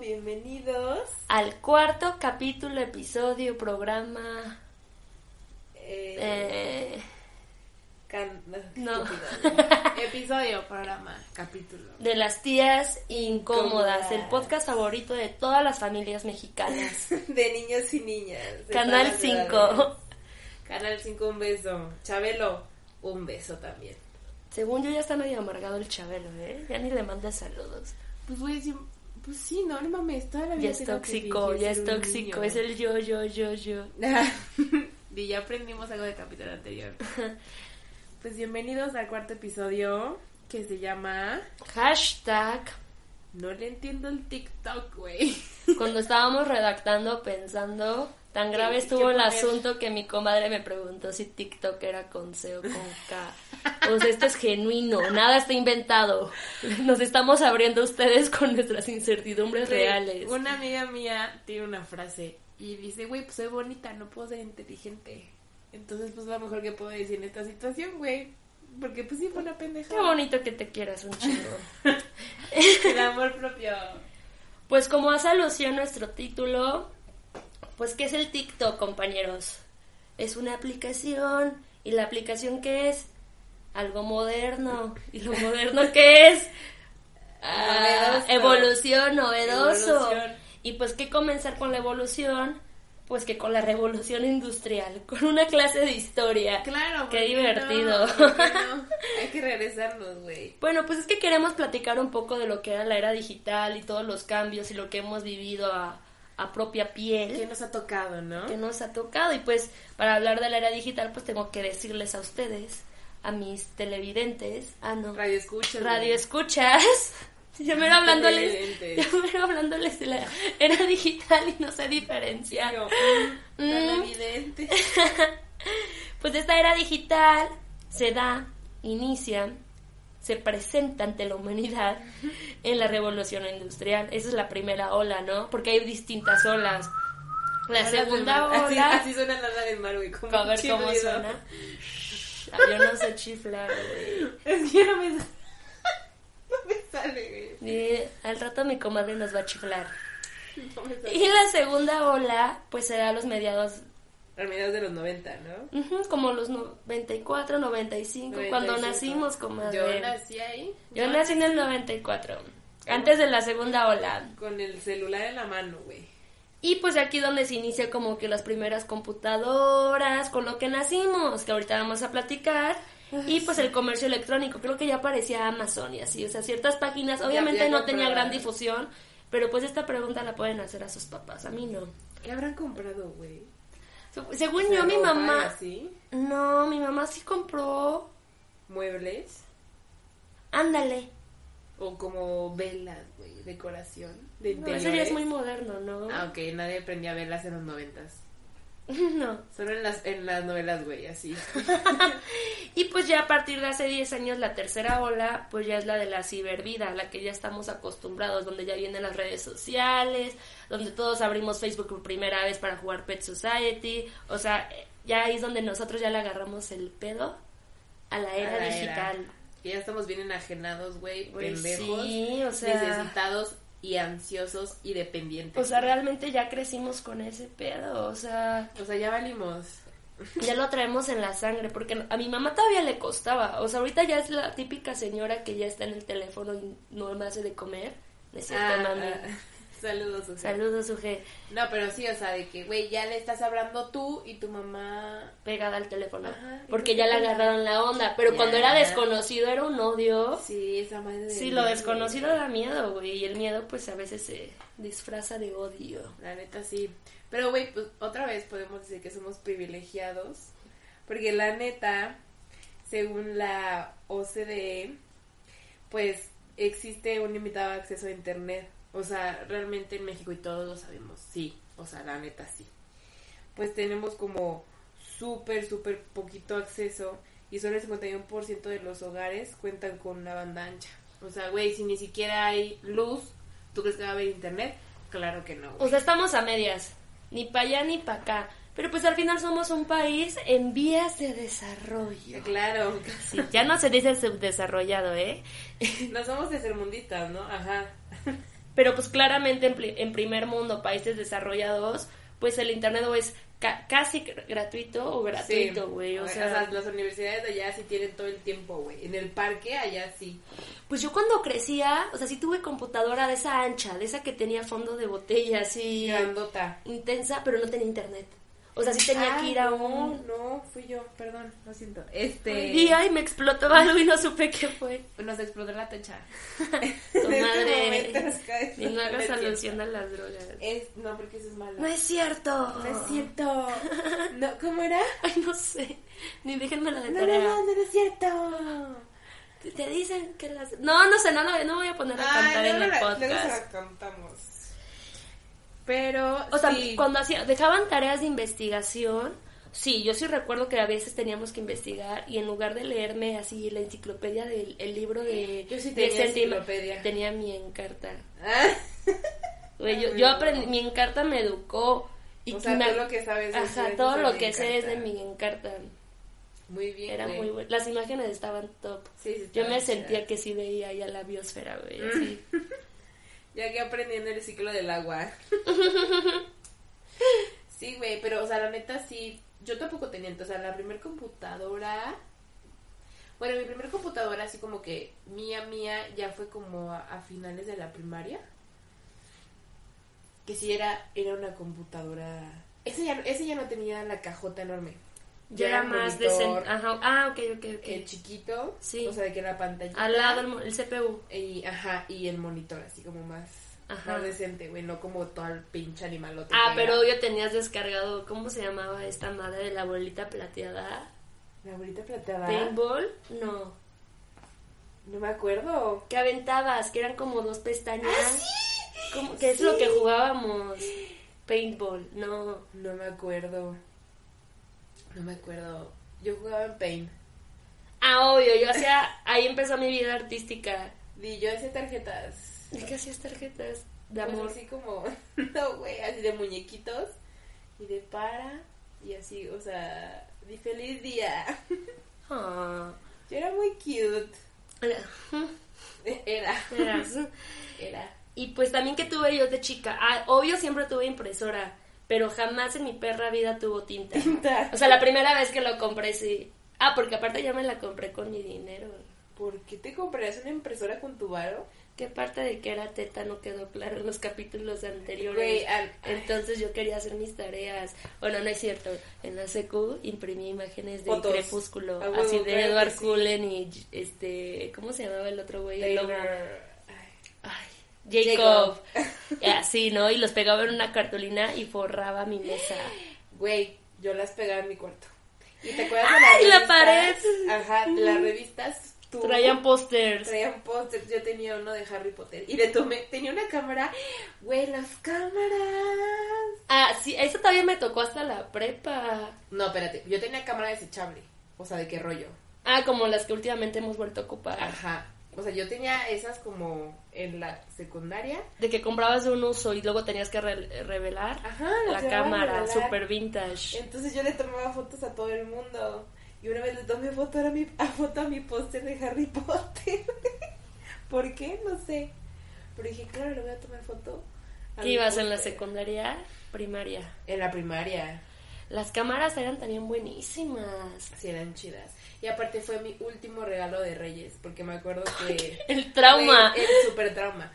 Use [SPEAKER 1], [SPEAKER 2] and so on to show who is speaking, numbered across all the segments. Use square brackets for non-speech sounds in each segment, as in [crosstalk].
[SPEAKER 1] bienvenidos.
[SPEAKER 2] Al cuarto capítulo, episodio, programa.
[SPEAKER 1] Eh,
[SPEAKER 2] eh,
[SPEAKER 1] can- [laughs]
[SPEAKER 2] No.
[SPEAKER 3] Episodio, programa,
[SPEAKER 2] [laughs]
[SPEAKER 3] capítulo.
[SPEAKER 2] de las tías incómodas,
[SPEAKER 1] Incómodas.
[SPEAKER 2] el podcast favorito de todas las familias mexicanas.
[SPEAKER 3] [laughs]
[SPEAKER 1] de niños y niñas. de
[SPEAKER 2] Canal
[SPEAKER 1] todas las
[SPEAKER 2] 5.
[SPEAKER 1] edades. Canal 5, un beso. Chabelo, un beso también.
[SPEAKER 2] Según yo ya está medio amargado el Chabelo, ¿eh? Ya ni le manda saludos.
[SPEAKER 3] Pues güey, sí, pues sí, no, no mames, toda la vida.
[SPEAKER 2] Ya es
[SPEAKER 3] tengo que
[SPEAKER 2] tóxico,
[SPEAKER 3] fingir
[SPEAKER 2] ya
[SPEAKER 3] ser
[SPEAKER 2] es
[SPEAKER 3] un
[SPEAKER 2] tóxico,
[SPEAKER 3] niño.
[SPEAKER 2] es el yo, yo, yo, yo. [laughs]
[SPEAKER 3] y ya aprendimos algo del capítulo anterior. [laughs] Pues bienvenidos al cuarto episodio que se llama
[SPEAKER 2] Hashtag.
[SPEAKER 3] No le entiendo el TikTok,
[SPEAKER 2] [laughs]
[SPEAKER 3] güey.
[SPEAKER 2] Cuando estábamos redactando, pensando, tan grave
[SPEAKER 3] ¿Qué-
[SPEAKER 2] estuvo
[SPEAKER 3] qué
[SPEAKER 2] el
[SPEAKER 3] poner?
[SPEAKER 2] asunto que mi comadre me preguntó si TikTok era con C o con K. O sea, esto es genuino, nada está inventado. Nos estamos abriendo a ustedes con nuestras incertidumbres
[SPEAKER 3] Güey,
[SPEAKER 2] reales.
[SPEAKER 3] Una amiga mía tiene una frase y dice, güey, pues soy bonita, no puedo ser inteligente. Entonces, pues lo mejor que puedo decir en esta situación, güey. Porque pues sí fue una pendeja.
[SPEAKER 2] Qué bonito que te quieras un chingo.
[SPEAKER 3] [laughs] El amor propio.
[SPEAKER 2] Pues como hace alusión nuestro título, pues ¿qué es el TikTok, compañeros? Es una aplicación. ¿Y la aplicación qué es? Algo moderno. ¿Y lo moderno qué es? Ah,
[SPEAKER 1] Novedoso.
[SPEAKER 2] evolución, novedoso.
[SPEAKER 1] Evolución.
[SPEAKER 2] Y pues qué comenzar con la evolución, pues que con la revolución industrial, [laughs] con una clase de historia.
[SPEAKER 3] Claro,
[SPEAKER 2] Qué
[SPEAKER 3] ¿por
[SPEAKER 2] divertido.
[SPEAKER 3] no? [laughs] ¿Por qué no?
[SPEAKER 1] Hay que regresarnos, güey.
[SPEAKER 2] Bueno, pues es que queremos platicar un poco de lo que era la era digital y todos los cambios y lo que hemos vivido a, a propia piel.
[SPEAKER 3] ¿Qué nos ha tocado, no?
[SPEAKER 2] que nos ha tocado. Y pues para hablar de la era digital, pues tengo que decirles a ustedes, a mis televidentes, ah no, radio,
[SPEAKER 3] Radio escucha.
[SPEAKER 2] escuchas, [laughs] yo me hablándoles,
[SPEAKER 3] Televidentes.
[SPEAKER 2] yo mero hablándoles de la era digital y no sé diferenciar. Mm.
[SPEAKER 3] evidente.
[SPEAKER 2] Pues esta era digital se da, inicia, se presenta ante
[SPEAKER 3] [laughs]
[SPEAKER 2] la humanidad en la revolución industrial. Esa es la primera ola, ¿no? Porque hay distintas olas. La segunda ola...
[SPEAKER 3] Así, así suena la ola del mar, güey. Como
[SPEAKER 2] A ver cómo
[SPEAKER 3] chiflido.
[SPEAKER 2] suena. Ah, Yo no sé chiflar, güey.
[SPEAKER 3] Es que no me, [laughs] no me sale,
[SPEAKER 2] Y Al rato mi comadre nos va a chiflar.
[SPEAKER 3] güey. No me sale.
[SPEAKER 2] Y la segunda ola, pues será a los mediados,
[SPEAKER 3] A mediados de los 90, ¿no?
[SPEAKER 2] ujú, como los 94, 95, cuando
[SPEAKER 3] 95.
[SPEAKER 2] nacimos, comadre.
[SPEAKER 3] Yo nací ahí.
[SPEAKER 2] Yo nací en el 94, antes de la segunda ola.
[SPEAKER 3] Con el celular en la mano, güey.
[SPEAKER 2] Y pues aquí donde se inicia como que las primeras computadoras, con lo que nacimos, que ahorita vamos a platicar.
[SPEAKER 3] Ah,
[SPEAKER 2] Y pues el comercio electrónico, creo que ya aparecía Amazon y así, o sea, ciertas páginas,
[SPEAKER 3] Ya
[SPEAKER 2] obviamente
[SPEAKER 3] había
[SPEAKER 2] no tenía
[SPEAKER 3] comprado.
[SPEAKER 2] gran difusión, pero pues esta pregunta la pueden hacer a sus papás, a mí no.
[SPEAKER 3] ¿Qué habrán comprado, güey?
[SPEAKER 2] Se- Según
[SPEAKER 3] ¿De
[SPEAKER 2] yo, mi
[SPEAKER 3] ropa y
[SPEAKER 2] mamá...
[SPEAKER 3] así?
[SPEAKER 2] No, mi mamá sí compró...
[SPEAKER 3] ¿Muebles?
[SPEAKER 2] Ándale.
[SPEAKER 3] ¿O como velas, güey? ¿Decoración? ¿De
[SPEAKER 2] No, eso ya es
[SPEAKER 3] interiores.
[SPEAKER 2] muy moderno, ¿no?
[SPEAKER 3] Ah, ok, nadie prendía velas en los noventas.
[SPEAKER 2] [laughs] no.
[SPEAKER 3] Solo en las, en las novelas, güey, así.
[SPEAKER 2] Y pues ya a partir de hace 10 años la tercera ola, pues ya es la de la cibervida, a la que ya estamos acostumbrados, donde ya vienen las redes sociales, donde todos abrimos Facebook por primera vez para jugar Pet Society, o sea, eh, ya ahí es donde nosotros ya le agarramos el pedo a la era
[SPEAKER 3] A la
[SPEAKER 2] digital.
[SPEAKER 3] era. Que ya estamos bien enajenados, güey,
[SPEAKER 2] Güey,
[SPEAKER 3] pendejos,
[SPEAKER 2] sí, o sea-
[SPEAKER 3] necesitados y ansiosos y dependientes.
[SPEAKER 2] O sea, realmente ya crecimos con ese pedo, o sea,
[SPEAKER 3] O sea, ya valimos.
[SPEAKER 2] ya lo traemos en la sangre, porque a mi mamá todavía le costaba, o sea, ahorita ya es la típica señora que ya está en el teléfono y no me hace de comer, me
[SPEAKER 3] Ah,
[SPEAKER 2] siento mami.
[SPEAKER 3] ah, [laughs] saludos, o sea.
[SPEAKER 2] Saludos, Uge,
[SPEAKER 3] No, pero sí, o sea, de que, güey, ya le estás hablando tú y tu mamá.
[SPEAKER 2] pegada al teléfono.
[SPEAKER 3] Ajá, y
[SPEAKER 2] porque
[SPEAKER 3] tú
[SPEAKER 2] ya le
[SPEAKER 3] qué onda.
[SPEAKER 2] agarraron la onda. Pero
[SPEAKER 3] Ya.
[SPEAKER 2] cuando era desconocido era un odio. Sí,
[SPEAKER 3] Sí, esa madre. de-
[SPEAKER 2] lo desconocido da miedo, güey. Y el miedo, pues a veces se disfraza de odio.
[SPEAKER 3] La neta sí. Pero, güey, pues otra vez podemos decir que somos privilegiados. Porque la neta, según la OCDE, E, pues existe un limitado acceso a Internet. O sea, realmente en México, y todos lo sabemos, sí. O sea, la neta sí. Pues tenemos como súper, súper poquito acceso. Y solo el 51% de los hogares cuentan con una banda ancha. O sea, güey, si ni siquiera hay luz, ¿tú crees que va a haber Internet? Claro que no. güey.
[SPEAKER 2] O sea, estamos a medias. Ni para allá ni para acá. Pero pues al final somos un país en vías de desarrollo.
[SPEAKER 3] Claro, [laughs]
[SPEAKER 2] Sí, ya no se dice subdesarrollado, ¿eh?
[SPEAKER 3] no somos tercermundistas, ¿no? Ajá.
[SPEAKER 2] Pero pues claramente en, pli- en primer mundo, países desarrollados, pues el internet o es ca- casi gr- gratuito o gratuito, güey. o sea,
[SPEAKER 3] las universidades de allá sí tienen todo el tiempo, güey. En el parque allá sí.
[SPEAKER 2] pues yo cuando crecía, o sea, sí tuve computadora de esa ancha, de esa que tenía fondo de botella, así
[SPEAKER 3] Grandota. Ah,
[SPEAKER 2] intensa, pero no tenía internet. O sea, sí tenía que ir a un
[SPEAKER 3] No, fui yo, perdón, lo siento. Este.
[SPEAKER 2] Un día y me explotó algo y no supe qué fue.
[SPEAKER 3] Nos explotó la
[SPEAKER 2] [laughs]
[SPEAKER 3] tacha.
[SPEAKER 2] Tu
[SPEAKER 3] En este
[SPEAKER 2] madre.
[SPEAKER 3] momento nos cae [laughs]
[SPEAKER 2] Y no hagas
[SPEAKER 3] el
[SPEAKER 2] alusión a las drogas.
[SPEAKER 3] Es, no, porque eso es malo.
[SPEAKER 2] No es cierto.
[SPEAKER 3] No es cierto. No, ¿Cómo
[SPEAKER 2] [laughs]
[SPEAKER 3] era?
[SPEAKER 2] Ay, no sé. Ni déjenme la de
[SPEAKER 3] No, no,
[SPEAKER 2] tarea.
[SPEAKER 3] no, no, no es cierto.
[SPEAKER 2] Te- Te dicen que las... No, no sé, no, no, no voy a poner a cantar en el podcast.
[SPEAKER 3] cantamos. Pero,
[SPEAKER 2] O sea,
[SPEAKER 3] sí.
[SPEAKER 2] cuando hacía, dejaban tareas de investigación, sí, yo sí recuerdo que a veces teníamos que investigar y en lugar de leerme así la enciclopedia del el libro de...
[SPEAKER 3] Yo sí
[SPEAKER 2] de
[SPEAKER 3] tenía
[SPEAKER 2] Sentima-
[SPEAKER 3] enciclopedia.
[SPEAKER 2] Tenía mi encarta.
[SPEAKER 3] Ah,
[SPEAKER 2] Güey, yo,
[SPEAKER 3] Ah,
[SPEAKER 2] yo
[SPEAKER 3] no.
[SPEAKER 2] aprendí, mi encarta me educó. Y
[SPEAKER 3] O sea,
[SPEAKER 2] me-
[SPEAKER 3] todo lo que sabes es
[SPEAKER 2] Ajá,
[SPEAKER 3] de-
[SPEAKER 2] todo
[SPEAKER 3] de
[SPEAKER 2] lo
[SPEAKER 3] mi
[SPEAKER 2] que sé es de
[SPEAKER 3] Encarta.
[SPEAKER 2] mi encarta.
[SPEAKER 3] muy bien.
[SPEAKER 2] Era
[SPEAKER 3] güey.
[SPEAKER 2] muy bueno. Las imágenes estaban top.
[SPEAKER 3] Sí, sí, Mm.
[SPEAKER 2] Yo
[SPEAKER 3] estaba
[SPEAKER 2] me
[SPEAKER 3] chida.
[SPEAKER 2] sentía que sí veía ya la biosfera, güey. así.
[SPEAKER 3] Ya que aprendí en el ciclo del
[SPEAKER 2] [laughs]
[SPEAKER 3] agua. sí, güey, pero, o sea, la neta sí. Yo tampoco tenía, o sea, la primer computadora. Bueno, mi primer computadora, así como que mía, mía, ya fue como a, a finales de la primaria. Que sí era, era una computadora. Ese ya, no- ese ya no tenía la cajota enorme.
[SPEAKER 2] Yo era más de...
[SPEAKER 3] monitor,
[SPEAKER 2] sen- Ajá. Ah, ok, ok, ok.
[SPEAKER 3] eh, chiquito.
[SPEAKER 2] Sí.
[SPEAKER 3] O sea, de que la pantalla.
[SPEAKER 2] Al lado el, mo- el CPU.
[SPEAKER 3] Y, ajá, y el monitor así como más,
[SPEAKER 2] Ajá.
[SPEAKER 3] más decente, güey, no como todo el pinche animalote.
[SPEAKER 2] Ah,
[SPEAKER 3] que era.
[SPEAKER 2] pero yo tenías descargado, ¿cómo se llamaba esta madre de la bolita plateada?
[SPEAKER 3] La abuelita plateada.
[SPEAKER 2] ¿Paintball? No.
[SPEAKER 3] No me acuerdo.
[SPEAKER 2] Que aventabas, que eran como dos pestañas.
[SPEAKER 3] Ah,
[SPEAKER 2] Como que es lo que jugábamos. Paintball, no.
[SPEAKER 3] No me acuerdo. No me acuerdo. Yo jugaba en Paint.
[SPEAKER 2] Ah, obvio, yo hacía. Ahí empezó mi vida artística.
[SPEAKER 3] Y yo hacía tarjetas.
[SPEAKER 2] ¿De qué hacías tarjetas? De
[SPEAKER 3] Pues
[SPEAKER 2] amor.
[SPEAKER 3] así como, [laughs] no, güey, así de muñequitos. Y de para. Y así, o sea, di feliz día. [laughs]
[SPEAKER 2] Ah.
[SPEAKER 3] Yo era muy cute. [laughs] Era.
[SPEAKER 2] Eras.
[SPEAKER 3] Era.
[SPEAKER 2] Y pues también que tuve yo de chica. Ah, obvio siempre tuve impresora. Pero jamás en mi perra vida tuvo tinta.
[SPEAKER 3] Tinta.
[SPEAKER 2] O sea, la primera vez que lo compré, sí. Ah, porque aparte yo me la compré con mi dinero.
[SPEAKER 3] ¿Por qué te comprarías una impresora con tu varo?
[SPEAKER 2] ¿Qué parte de que era teta no quedó claro en los capítulos anteriores?
[SPEAKER 3] Güey, al-
[SPEAKER 2] Entonces yo quería hacer mis tareas. Bueno, no es cierto. En la secu imprimí imágenes de
[SPEAKER 3] Fotos.
[SPEAKER 2] Crepúsculo,
[SPEAKER 3] A huevo,
[SPEAKER 2] así de
[SPEAKER 3] claro que
[SPEAKER 2] Edward
[SPEAKER 3] sí.
[SPEAKER 2] Cullen y este, ¿cómo se llamaba el otro güey? El lobo.
[SPEAKER 3] Ay.
[SPEAKER 2] Ay, Jacob. Y [laughs] Así, ¿no? Y los pegaba en una cartulina y forraba mi mesa.
[SPEAKER 3] Güey, yo las pegaba en mi cuarto. ¿Y te acuerdas de las
[SPEAKER 2] ¡Ay, la
[SPEAKER 3] revistas? Ajá, las revistas tú,
[SPEAKER 2] Traían pósters.
[SPEAKER 3] traían pósters. Yo tenía uno de Harry Potter y le tomé, tenía una cámara. Güey, las cámaras.
[SPEAKER 2] Ah, sí, eso todavía me tocó hasta la prepa.
[SPEAKER 3] No, espérate, yo tenía cámara desechable. O sea, ¿de qué rollo?
[SPEAKER 2] Ah, como las que últimamente hemos vuelto a ocupar.
[SPEAKER 3] Ajá. O sea, yo tenía esas como en la secundaria.
[SPEAKER 2] De que comprabas de un uso y luego tenías que re- revelar
[SPEAKER 3] Ajá, Ah,
[SPEAKER 2] la
[SPEAKER 3] las llevaba a
[SPEAKER 2] cámara,
[SPEAKER 3] regalar.
[SPEAKER 2] super vintage.
[SPEAKER 3] Entonces yo le tomaba fotos a todo el mundo. Y una vez le tomé foto a mi, a foto a mi póster de Harry Potter. [laughs] ¿Por qué? No sé. Pero dije, claro, le voy a tomar foto. a
[SPEAKER 2] ¿Qué
[SPEAKER 3] mi
[SPEAKER 2] ibas en la
[SPEAKER 3] póster.
[SPEAKER 2] secundaria? Primaria.
[SPEAKER 3] En la primaria.
[SPEAKER 2] Las cámaras eran también buenísimas.
[SPEAKER 3] Sí, eran chidas. Y aparte fue mi último regalo de Reyes. Porque me acuerdo que.
[SPEAKER 2] El trauma.
[SPEAKER 3] Fue el super trauma.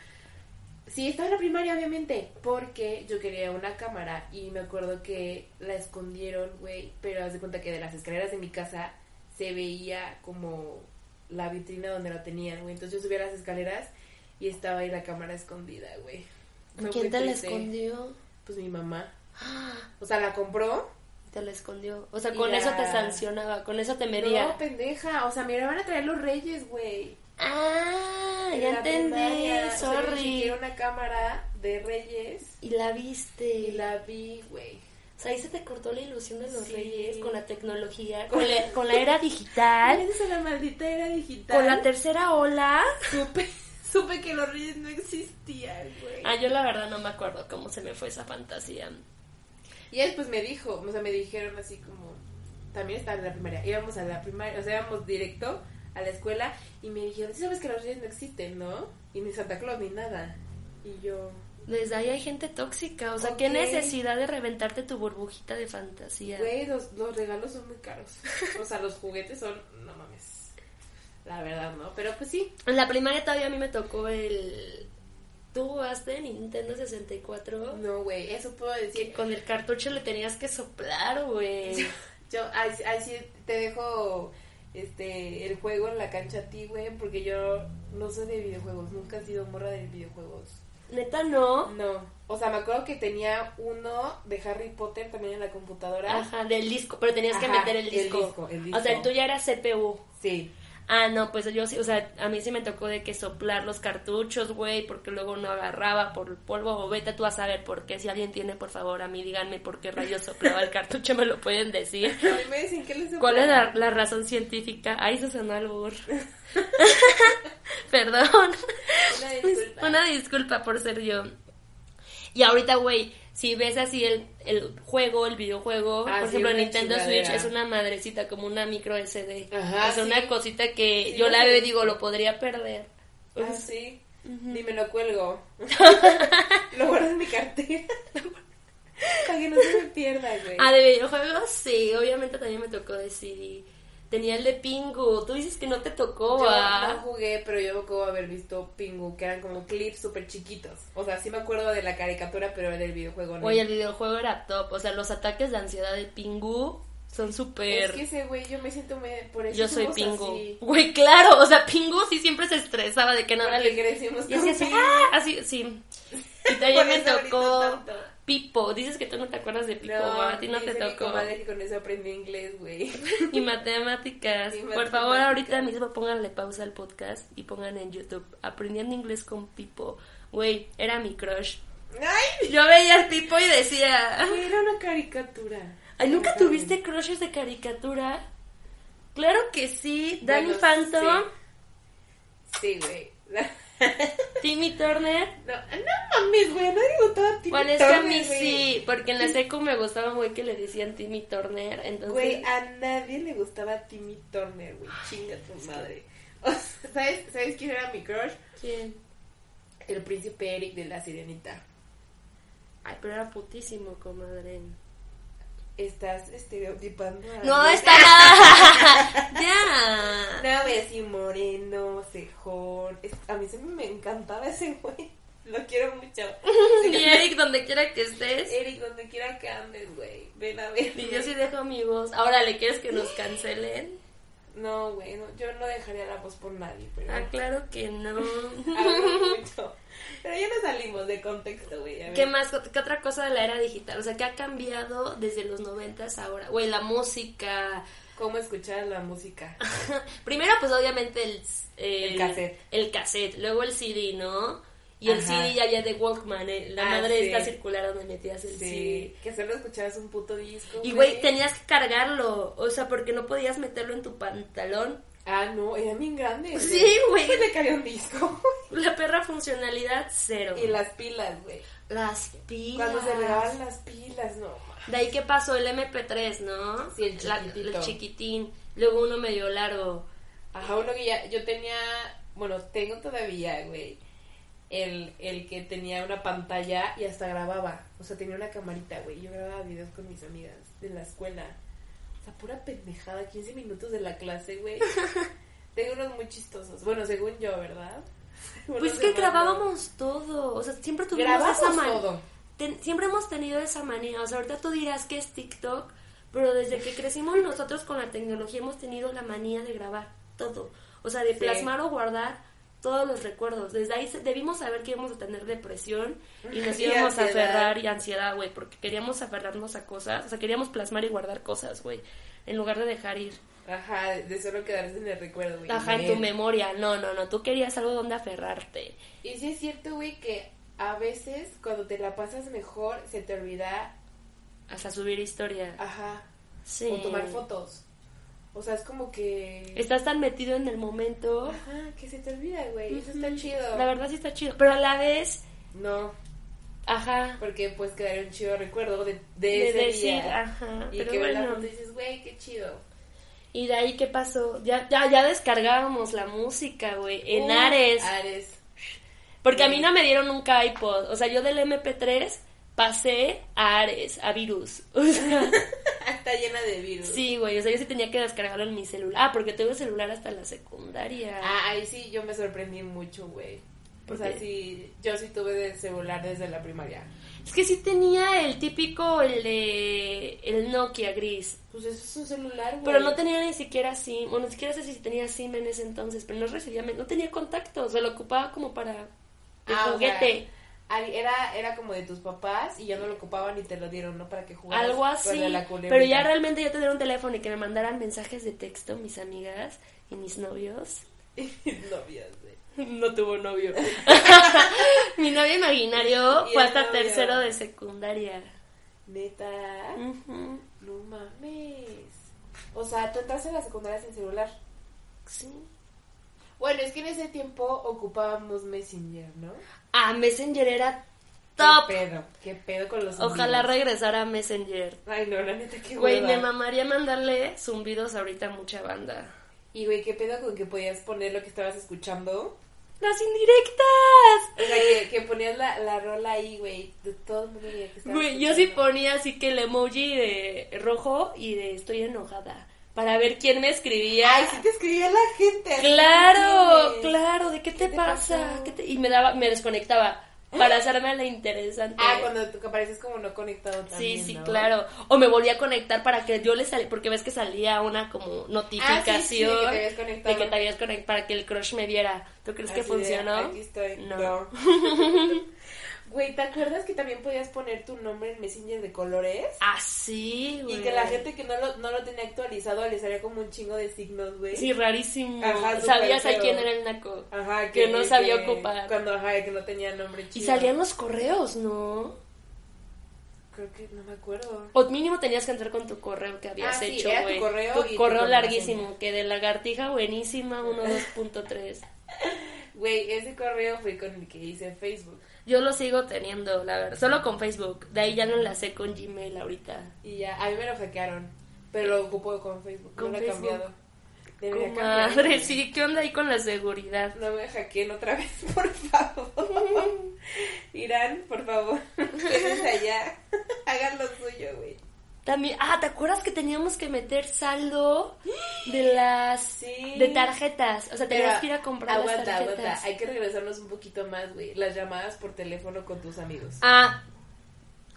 [SPEAKER 3] Sí, estaba en la primaria, obviamente, porque yo quería una cámara y me acuerdo que la escondieron, güey, pero haz de cuenta que de las escaleras de mi casa se veía como la vitrina donde la tenían, güey. Entonces yo subía las escaleras y estaba ahí la cámara escondida, güey. Fue muy
[SPEAKER 2] ¿Quién te la
[SPEAKER 3] triste.
[SPEAKER 2] escondió?
[SPEAKER 3] Pues mi mamá.
[SPEAKER 2] Ah,
[SPEAKER 3] O sea, la compró.
[SPEAKER 2] Te la escondió. O sea,
[SPEAKER 3] Y
[SPEAKER 2] con eso te
[SPEAKER 3] la-
[SPEAKER 2] sancionaba, con eso te medía.
[SPEAKER 3] No, pendeja. O sea, me la van a traer los reyes, güey.
[SPEAKER 2] Ah,
[SPEAKER 3] En
[SPEAKER 2] ya
[SPEAKER 3] la primaria,
[SPEAKER 2] entendí,
[SPEAKER 3] o sea, yo dije,
[SPEAKER 2] sorry.
[SPEAKER 3] quiero una cámara de reyes.
[SPEAKER 2] Y la viste.
[SPEAKER 3] Y la vi, güey.
[SPEAKER 2] O sea, ahí se te cortó la ilusión de los
[SPEAKER 3] Sí.
[SPEAKER 2] reyes con
[SPEAKER 3] [laughs]
[SPEAKER 2] la tecnología, con la, con la era digital,
[SPEAKER 3] Gracias a la maldita era digital.
[SPEAKER 2] con la tercera ola.
[SPEAKER 3] supe, supe que los reyes no existían, güey.
[SPEAKER 2] Ah, yo la verdad no me acuerdo cómo se me fue esa fantasía.
[SPEAKER 3] Y después me dijo, o sea, me dijeron así como, también estaba en la primaria, íbamos a la primaria, o sea, íbamos directo a la escuela y me dijeron, "Sí sabes que los reyes no existen, ¿no? Y ni Santa Claus ni nada. Y yo,
[SPEAKER 2] Desde ahí hay gente tóxica. O sea, qué
[SPEAKER 3] Ok.
[SPEAKER 2] necesidad de reventarte tu burbujita de fantasía.
[SPEAKER 3] güey, los, los regalos son muy caros. [laughs] O sea, los juguetes son, no mames. La verdad, ¿no? Pero pues sí.
[SPEAKER 2] En la primaria todavía a mí me tocó el... ¿Tú jugaste Nintendo 64?
[SPEAKER 3] No, güey, eso puedo
[SPEAKER 2] Que
[SPEAKER 3] decir.
[SPEAKER 2] con el cartucho le tenías que soplar, güey.
[SPEAKER 3] Yo, así, así te dejo este el juego en la cancha a ti, güey, porque yo no soy de videojuegos. Nunca he sido morra de videojuegos.
[SPEAKER 2] Neta, no.
[SPEAKER 3] No. O sea, me acuerdo que tenía uno de Harry Potter también en la computadora.
[SPEAKER 2] Ajá, del disco, pero tenías que
[SPEAKER 3] Ajá,
[SPEAKER 2] meter el
[SPEAKER 3] el
[SPEAKER 2] disco.
[SPEAKER 3] disco, el disco.
[SPEAKER 2] O sea, el tuyo era CPU.
[SPEAKER 3] Sí.
[SPEAKER 2] Ah, no, pues yo sí, o sea, a mí sí me tocó de que soplar los cartuchos, güey, porque luego no agarraba por el polvo, o vete tú a saber por qué, si alguien tiene, por favor, a mí díganme por qué rayos soplaba el cartucho, me lo pueden decir.
[SPEAKER 3] A mí me dicen que les
[SPEAKER 2] ¿Cuál es la, la razón científica? Ay, se sonó al burro. [laughs] Perdón.
[SPEAKER 3] Una disculpa. Ah,
[SPEAKER 2] Una disculpa por ser yo. Y ahorita, güey, si ves así el, el juego, el videojuego,
[SPEAKER 3] Ah,
[SPEAKER 2] por
[SPEAKER 3] sí,
[SPEAKER 2] ejemplo,
[SPEAKER 3] una
[SPEAKER 2] Nintendo
[SPEAKER 3] chingadera.
[SPEAKER 2] Switch es una madrecita, como una micro SD.
[SPEAKER 3] Ajá,
[SPEAKER 2] o sea,
[SPEAKER 3] sí.
[SPEAKER 2] una cosita que
[SPEAKER 3] Sí,
[SPEAKER 2] yo
[SPEAKER 3] lo
[SPEAKER 2] la
[SPEAKER 3] he
[SPEAKER 2] veo y
[SPEAKER 3] visto.
[SPEAKER 2] digo, lo podría perder.
[SPEAKER 3] Ah, sí. Ni me lo
[SPEAKER 2] [laughs]
[SPEAKER 3] cuelgo. lo guardo en mi cartera. Para que no se me pierda, güey.
[SPEAKER 2] Ah, de videojuegos, sí, obviamente también me tocó de CD. Tenía el de Pingu, tú dices que no te tocó,
[SPEAKER 3] Yo
[SPEAKER 2] ¿ah?
[SPEAKER 3] no jugué, pero yo me acuerdo de haber visto Pingu, que eran como clips súper chiquitos. O sea, sí me acuerdo de la caricatura, pero del videojuego no.
[SPEAKER 2] Oye, el videojuego era top, o sea, los ataques de ansiedad de Pingu son súper...
[SPEAKER 3] es que ese güey, yo me siento muy... Por eso
[SPEAKER 2] Yo soy
[SPEAKER 3] somos
[SPEAKER 2] Pingu.
[SPEAKER 3] así.
[SPEAKER 2] Güey, claro, o sea, Pingu sí siempre se estresaba de que nada
[SPEAKER 3] Porque
[SPEAKER 2] le...
[SPEAKER 3] crecimos
[SPEAKER 2] Y así, así,
[SPEAKER 3] Pingu.
[SPEAKER 2] ¡ah! así, sí.
[SPEAKER 3] [laughs]
[SPEAKER 2] Y también
[SPEAKER 3] Por
[SPEAKER 2] me
[SPEAKER 3] eso ahorita
[SPEAKER 2] tocó
[SPEAKER 3] tanto.
[SPEAKER 2] Pipo. Dices que tú no te acuerdas de Pipo,
[SPEAKER 3] No,
[SPEAKER 2] a ti no te
[SPEAKER 3] dice mi
[SPEAKER 2] tocó.
[SPEAKER 3] comadre que con eso aprendí inglés,
[SPEAKER 2] [laughs]
[SPEAKER 3] güey.
[SPEAKER 2] Y matemáticas.
[SPEAKER 3] Y
[SPEAKER 2] Por favor,
[SPEAKER 3] matemáticas.
[SPEAKER 2] ahorita mismo pónganle pausa al podcast y pongan en YouTube Aprendiendo Inglés con Pipo. Güey, era mi crush.
[SPEAKER 3] ¡Ay!
[SPEAKER 2] Yo veía al Pipo y decía...
[SPEAKER 3] güey, Era una caricatura.
[SPEAKER 2] Ah. Ay, ¿Nunca
[SPEAKER 3] Era
[SPEAKER 2] tuviste crushes de caricatura? Claro que sí. Danny
[SPEAKER 3] Bueno,
[SPEAKER 2] Phantom,
[SPEAKER 3] un- Sí, güey. [laughs]
[SPEAKER 2] Timmy Turner...
[SPEAKER 3] No, no mames, güey, no digo todo tipo
[SPEAKER 2] Bueno, es que a mí sí, porque en la secu me gustaba muy que le decían Timmy Turner, entonces...
[SPEAKER 3] Güey, ah. a nadie le gustaba Timmy Turner, güey. Chinga tu madre. [laughs] O sea, ¿sabes, ¿Sabes quién era mi crush?
[SPEAKER 2] ¿quién?
[SPEAKER 3] El príncipe Eric de la sirenita.
[SPEAKER 2] Ay, pero era putísimo, comadre.
[SPEAKER 3] Estás estereotipando a.
[SPEAKER 2] ¡No, está nada! [laughs] ¡Ya!
[SPEAKER 3] No, güey, así moreno, cejón. Es- a mí se me encantaba ese güey. Lo quiero
[SPEAKER 2] [laughs]
[SPEAKER 3] mucho.
[SPEAKER 2] Y Eric, donde quiera que estés.
[SPEAKER 3] Eric, donde quiera que andes, güey. Ven a ver.
[SPEAKER 2] Y yo sí dejo mi voz. Ahora, ¿le quieres que nos cancelen?
[SPEAKER 3] No, güey, no, yo no dejaría la voz por nadie, pero. [laughs]
[SPEAKER 2] Ah, claro que no.
[SPEAKER 3] Hablo mucho. Pero ya nos salimos de contexto, güey. a ver.
[SPEAKER 2] ¿Qué más? ¿Qué otra cosa de la era digital? O sea, ¿qué ha cambiado desde los noventas ahora? Güey, la música,
[SPEAKER 3] ¿Cómo escuchar la música?
[SPEAKER 2] Primero, pues obviamente el, el,
[SPEAKER 3] El cassette.
[SPEAKER 2] el cassette, luego el CD, ¿no? Y el
[SPEAKER 3] Ajá.
[SPEAKER 2] CD ya había de Walkman, eh, la
[SPEAKER 3] Ah,
[SPEAKER 2] madre
[SPEAKER 3] sí.
[SPEAKER 2] está circular donde metías el CD.
[SPEAKER 3] Sí. Que solo escuchabas un puto disco.
[SPEAKER 2] Y güey, tenías que cargarlo, o sea, porque no podías meterlo en tu pantalón.
[SPEAKER 3] Ah, no, era bien grande. güey.
[SPEAKER 2] Sí, güey.
[SPEAKER 3] Pues le cabía un
[SPEAKER 2] [laughs]
[SPEAKER 3] disco.
[SPEAKER 2] La perra funcionalidad cero.
[SPEAKER 3] y las pilas, güey.
[SPEAKER 2] Las pilas.
[SPEAKER 3] Cuando se regaban las pilas, no. ma.
[SPEAKER 2] De ahí que pasó el MP3, ¿no?
[SPEAKER 3] Sí, el
[SPEAKER 2] La-
[SPEAKER 3] chiquitito.
[SPEAKER 2] el chiquitín. Luego uno medio largo.
[SPEAKER 3] Ajá, uno que ya. Yo tenía. Bueno, tengo todavía, güey. El, el que tenía una pantalla y hasta grababa. O sea, tenía una camarita, güey. Yo grababa videos con mis amigas de la escuela. O sea, pura pendejada. 15 minutos de la clase,
[SPEAKER 2] [laughs]
[SPEAKER 3] güey. tengo unos muy chistosos. Bueno, según yo, ¿verdad? [laughs]
[SPEAKER 2] Pues es que grabábamos todo, o sea, siempre tuvimos
[SPEAKER 3] Grabamos
[SPEAKER 2] esa manía.
[SPEAKER 3] todo.
[SPEAKER 2] siempre hemos tenido esa manía, o sea, ahorita tú dirás que es TikTok, pero desde que crecimos nosotros con la tecnología hemos tenido la manía de grabar todo, o sea, de
[SPEAKER 3] Sí.
[SPEAKER 2] plasmar o guardar todos los recuerdos. Desde ahí se- debimos saber que íbamos a tener depresión y nos
[SPEAKER 3] [laughs] Y
[SPEAKER 2] íbamos a
[SPEAKER 3] ansiedad.
[SPEAKER 2] aferrar y ansiedad, güey, porque queríamos aferrarnos a cosas, o sea, queríamos plasmar y guardar cosas, güey, en lugar de dejar ir.
[SPEAKER 3] Ajá, de solo quedarse en el recuerdo, güey.
[SPEAKER 2] Ajá, en tu
[SPEAKER 3] Bien.
[SPEAKER 2] memoria. No, no, no, tú querías algo donde aferrarte.
[SPEAKER 3] Y sí es cierto, güey, que a veces cuando te la pasas mejor se te olvida,
[SPEAKER 2] Hasta subir historia.
[SPEAKER 3] ajá,
[SPEAKER 2] Sí.
[SPEAKER 3] Ah, o tomar fotos. O sea, es como que... Oh,
[SPEAKER 2] Estás tan metido en el momento.
[SPEAKER 3] Ajá, que se te olvida, güey. Eso está chido.
[SPEAKER 2] La verdad sí está chido. Pero a la vez,
[SPEAKER 3] No,
[SPEAKER 2] ajá.
[SPEAKER 3] porque pues quedaría un chido recuerdo de, de
[SPEAKER 2] De
[SPEAKER 3] ese
[SPEAKER 2] decir,
[SPEAKER 3] día.
[SPEAKER 2] ajá.
[SPEAKER 3] Y
[SPEAKER 2] pero
[SPEAKER 3] que ves la
[SPEAKER 2] bueno.
[SPEAKER 3] foto y dices, güey, qué chido.
[SPEAKER 2] Y de ahí, ¿qué pasó? Ya, ya, ya descargábamos la música, güey. En
[SPEAKER 3] Uh,
[SPEAKER 2] Ares.
[SPEAKER 3] Ares. [laughs]
[SPEAKER 2] Porque a mí no me dieron nunca iPod. O sea, yo del MP3 pasé a Ares, a Virus. [laughs]
[SPEAKER 3] [laughs]
[SPEAKER 2] O sea,
[SPEAKER 3] Está llena de virus.
[SPEAKER 2] sí, güey. O sea, yo sí tenía que descargarlo en mi celular. Ah, porque tuve celular hasta la secundaria.
[SPEAKER 3] Ah, ahí sí yo me sorprendí mucho, güey. O
[SPEAKER 2] ¿Por
[SPEAKER 3] sea,
[SPEAKER 2] qué?
[SPEAKER 3] sí, yo sí tuve de celular desde la primaria.
[SPEAKER 2] Es que sí tenía el típico, el de. el Nokia gris.
[SPEAKER 3] Pues eso es un celular, güey.
[SPEAKER 2] Pero no tenía ni siquiera SIM, o ni siquiera sé si tenía SIM en ese entonces, pero no recibía, men- no tenía contacto, o sea, lo ocupaba como para de
[SPEAKER 3] Ah, o sea,
[SPEAKER 2] juguete.
[SPEAKER 3] al- era, era como de tus papás y ya no lo ocupaban y te lo dieron, ¿no? Para que jugaras.
[SPEAKER 2] algo
[SPEAKER 3] con
[SPEAKER 2] así.
[SPEAKER 3] la culebrita.
[SPEAKER 2] Pero ya realmente yo tener un teléfono y que me mandaran mensajes de texto mis amigas y
[SPEAKER 3] [laughs]
[SPEAKER 2] mis novios.
[SPEAKER 3] no, ya sé.
[SPEAKER 2] No tuvo novio. [laughs] Mi novio imaginario
[SPEAKER 3] Y
[SPEAKER 2] fue
[SPEAKER 3] el
[SPEAKER 2] hasta
[SPEAKER 3] novio.
[SPEAKER 2] tercero de secundaria.
[SPEAKER 3] Neta.
[SPEAKER 2] Ujú.
[SPEAKER 3] No mames. O sea, tú entraste a la secundaria sin celular.
[SPEAKER 2] Sí.
[SPEAKER 3] Bueno, es que en ese tiempo ocupábamos Messenger, ¿no?
[SPEAKER 2] Ah, Messenger era
[SPEAKER 3] ¿Qué
[SPEAKER 2] top.
[SPEAKER 3] pedo? ¿Qué pedo con los
[SPEAKER 2] Ojalá
[SPEAKER 3] zumbidos?
[SPEAKER 2] regresara a Messenger.
[SPEAKER 3] Ay, no, la neta, qué
[SPEAKER 2] Güey,
[SPEAKER 3] hueva.
[SPEAKER 2] me mamaría mandarle zumbidos ahorita a mucha banda.
[SPEAKER 3] Y güey, qué pedo con que podías poner lo que estabas escuchando.
[SPEAKER 2] ¡Las indirectas!
[SPEAKER 3] O sea, que, que ponías la, la rola ahí, güey. de Todo el mundo veía que estaba
[SPEAKER 2] Güey, yo sí
[SPEAKER 3] escuchando.
[SPEAKER 2] ponía así que el emoji de rojo y de estoy enojada. Para ver quién me escribía.
[SPEAKER 3] Ay, sí te escribía la gente. así
[SPEAKER 2] claro,
[SPEAKER 3] que-
[SPEAKER 2] claro, ¿de qué te,
[SPEAKER 3] te
[SPEAKER 2] pasa?
[SPEAKER 3] pasó? ¿Eh?
[SPEAKER 2] ¿Qué te- Y me daba, me desconectaba para hacerme la interesante.
[SPEAKER 3] Ah, cuando tú que apareces como no conectado también,
[SPEAKER 2] Sí, sí,
[SPEAKER 3] ¿no?
[SPEAKER 2] claro. O me volví a conectar para que yo le salí, porque ves que salía una como
[SPEAKER 3] Ah,
[SPEAKER 2] notificación
[SPEAKER 3] sí, sí, de que te habías conectado.
[SPEAKER 2] de que te habías conectado para que el crush me viera. ¿Tú crees que
[SPEAKER 3] Así de,
[SPEAKER 2] funcionó?
[SPEAKER 3] aquí estoy.
[SPEAKER 2] No.
[SPEAKER 3] No.
[SPEAKER 2] [laughs]
[SPEAKER 3] Güey, ¿te acuerdas que también podías poner tu nombre en Messenger de colores?
[SPEAKER 2] Así, Ah, güey.
[SPEAKER 3] Y que la gente que no lo, no lo tenía actualizado le salía como un chingo de signos, güey.
[SPEAKER 2] Sí, rarísimo.
[SPEAKER 3] Ajá, súper
[SPEAKER 2] Sabías a
[SPEAKER 3] feo.
[SPEAKER 2] quién era el naco.
[SPEAKER 3] Ajá,
[SPEAKER 2] que no sabía ocupar.
[SPEAKER 3] Cuando, ajá, que no tenía nombre
[SPEAKER 2] Y
[SPEAKER 3] chido.
[SPEAKER 2] salían los correos, ¿no?
[SPEAKER 3] Creo que no me acuerdo.
[SPEAKER 2] O mínimo tenías que entrar con tu correo que habías
[SPEAKER 3] Ah, sí,
[SPEAKER 2] hecho,
[SPEAKER 3] era tu
[SPEAKER 2] güey.
[SPEAKER 3] correo y tu
[SPEAKER 2] correo
[SPEAKER 3] contraseña.
[SPEAKER 2] larguísimo, que de lagartija buenísima
[SPEAKER 3] [laughs]
[SPEAKER 2] 12.3.
[SPEAKER 3] Güey, ese correo fue con el que hice Facebook.
[SPEAKER 2] Yo lo sigo teniendo, la verdad. Solo con Facebook. De ahí ya lo enlacé con Gmail ahorita.
[SPEAKER 3] Y ya, a mí me lo hackearon. Pero lo ocupo con Facebook.
[SPEAKER 2] Con
[SPEAKER 3] no lo he
[SPEAKER 2] Facebook.
[SPEAKER 3] cambiado. Debería cambiarlo.
[SPEAKER 2] Madre, sí, ¿qué onda ahí con la seguridad?
[SPEAKER 3] No me hackeen otra vez, [laughs] por favor. Irán, por favor. Ustedes allá. Hagan lo suyo, güey.
[SPEAKER 2] También, ah, ¿te acuerdas que teníamos que
[SPEAKER 3] [gasps]
[SPEAKER 2] meter saldo de las
[SPEAKER 3] Sí.
[SPEAKER 2] de tarjetas? O sea, tenías
[SPEAKER 3] Pero
[SPEAKER 2] que ir a comprar
[SPEAKER 3] aguanta,
[SPEAKER 2] las tarjetas.
[SPEAKER 3] Aguanta, Hay que regresarnos un poquito más, güey. Las llamadas por teléfono con tus amigos.
[SPEAKER 2] Ah,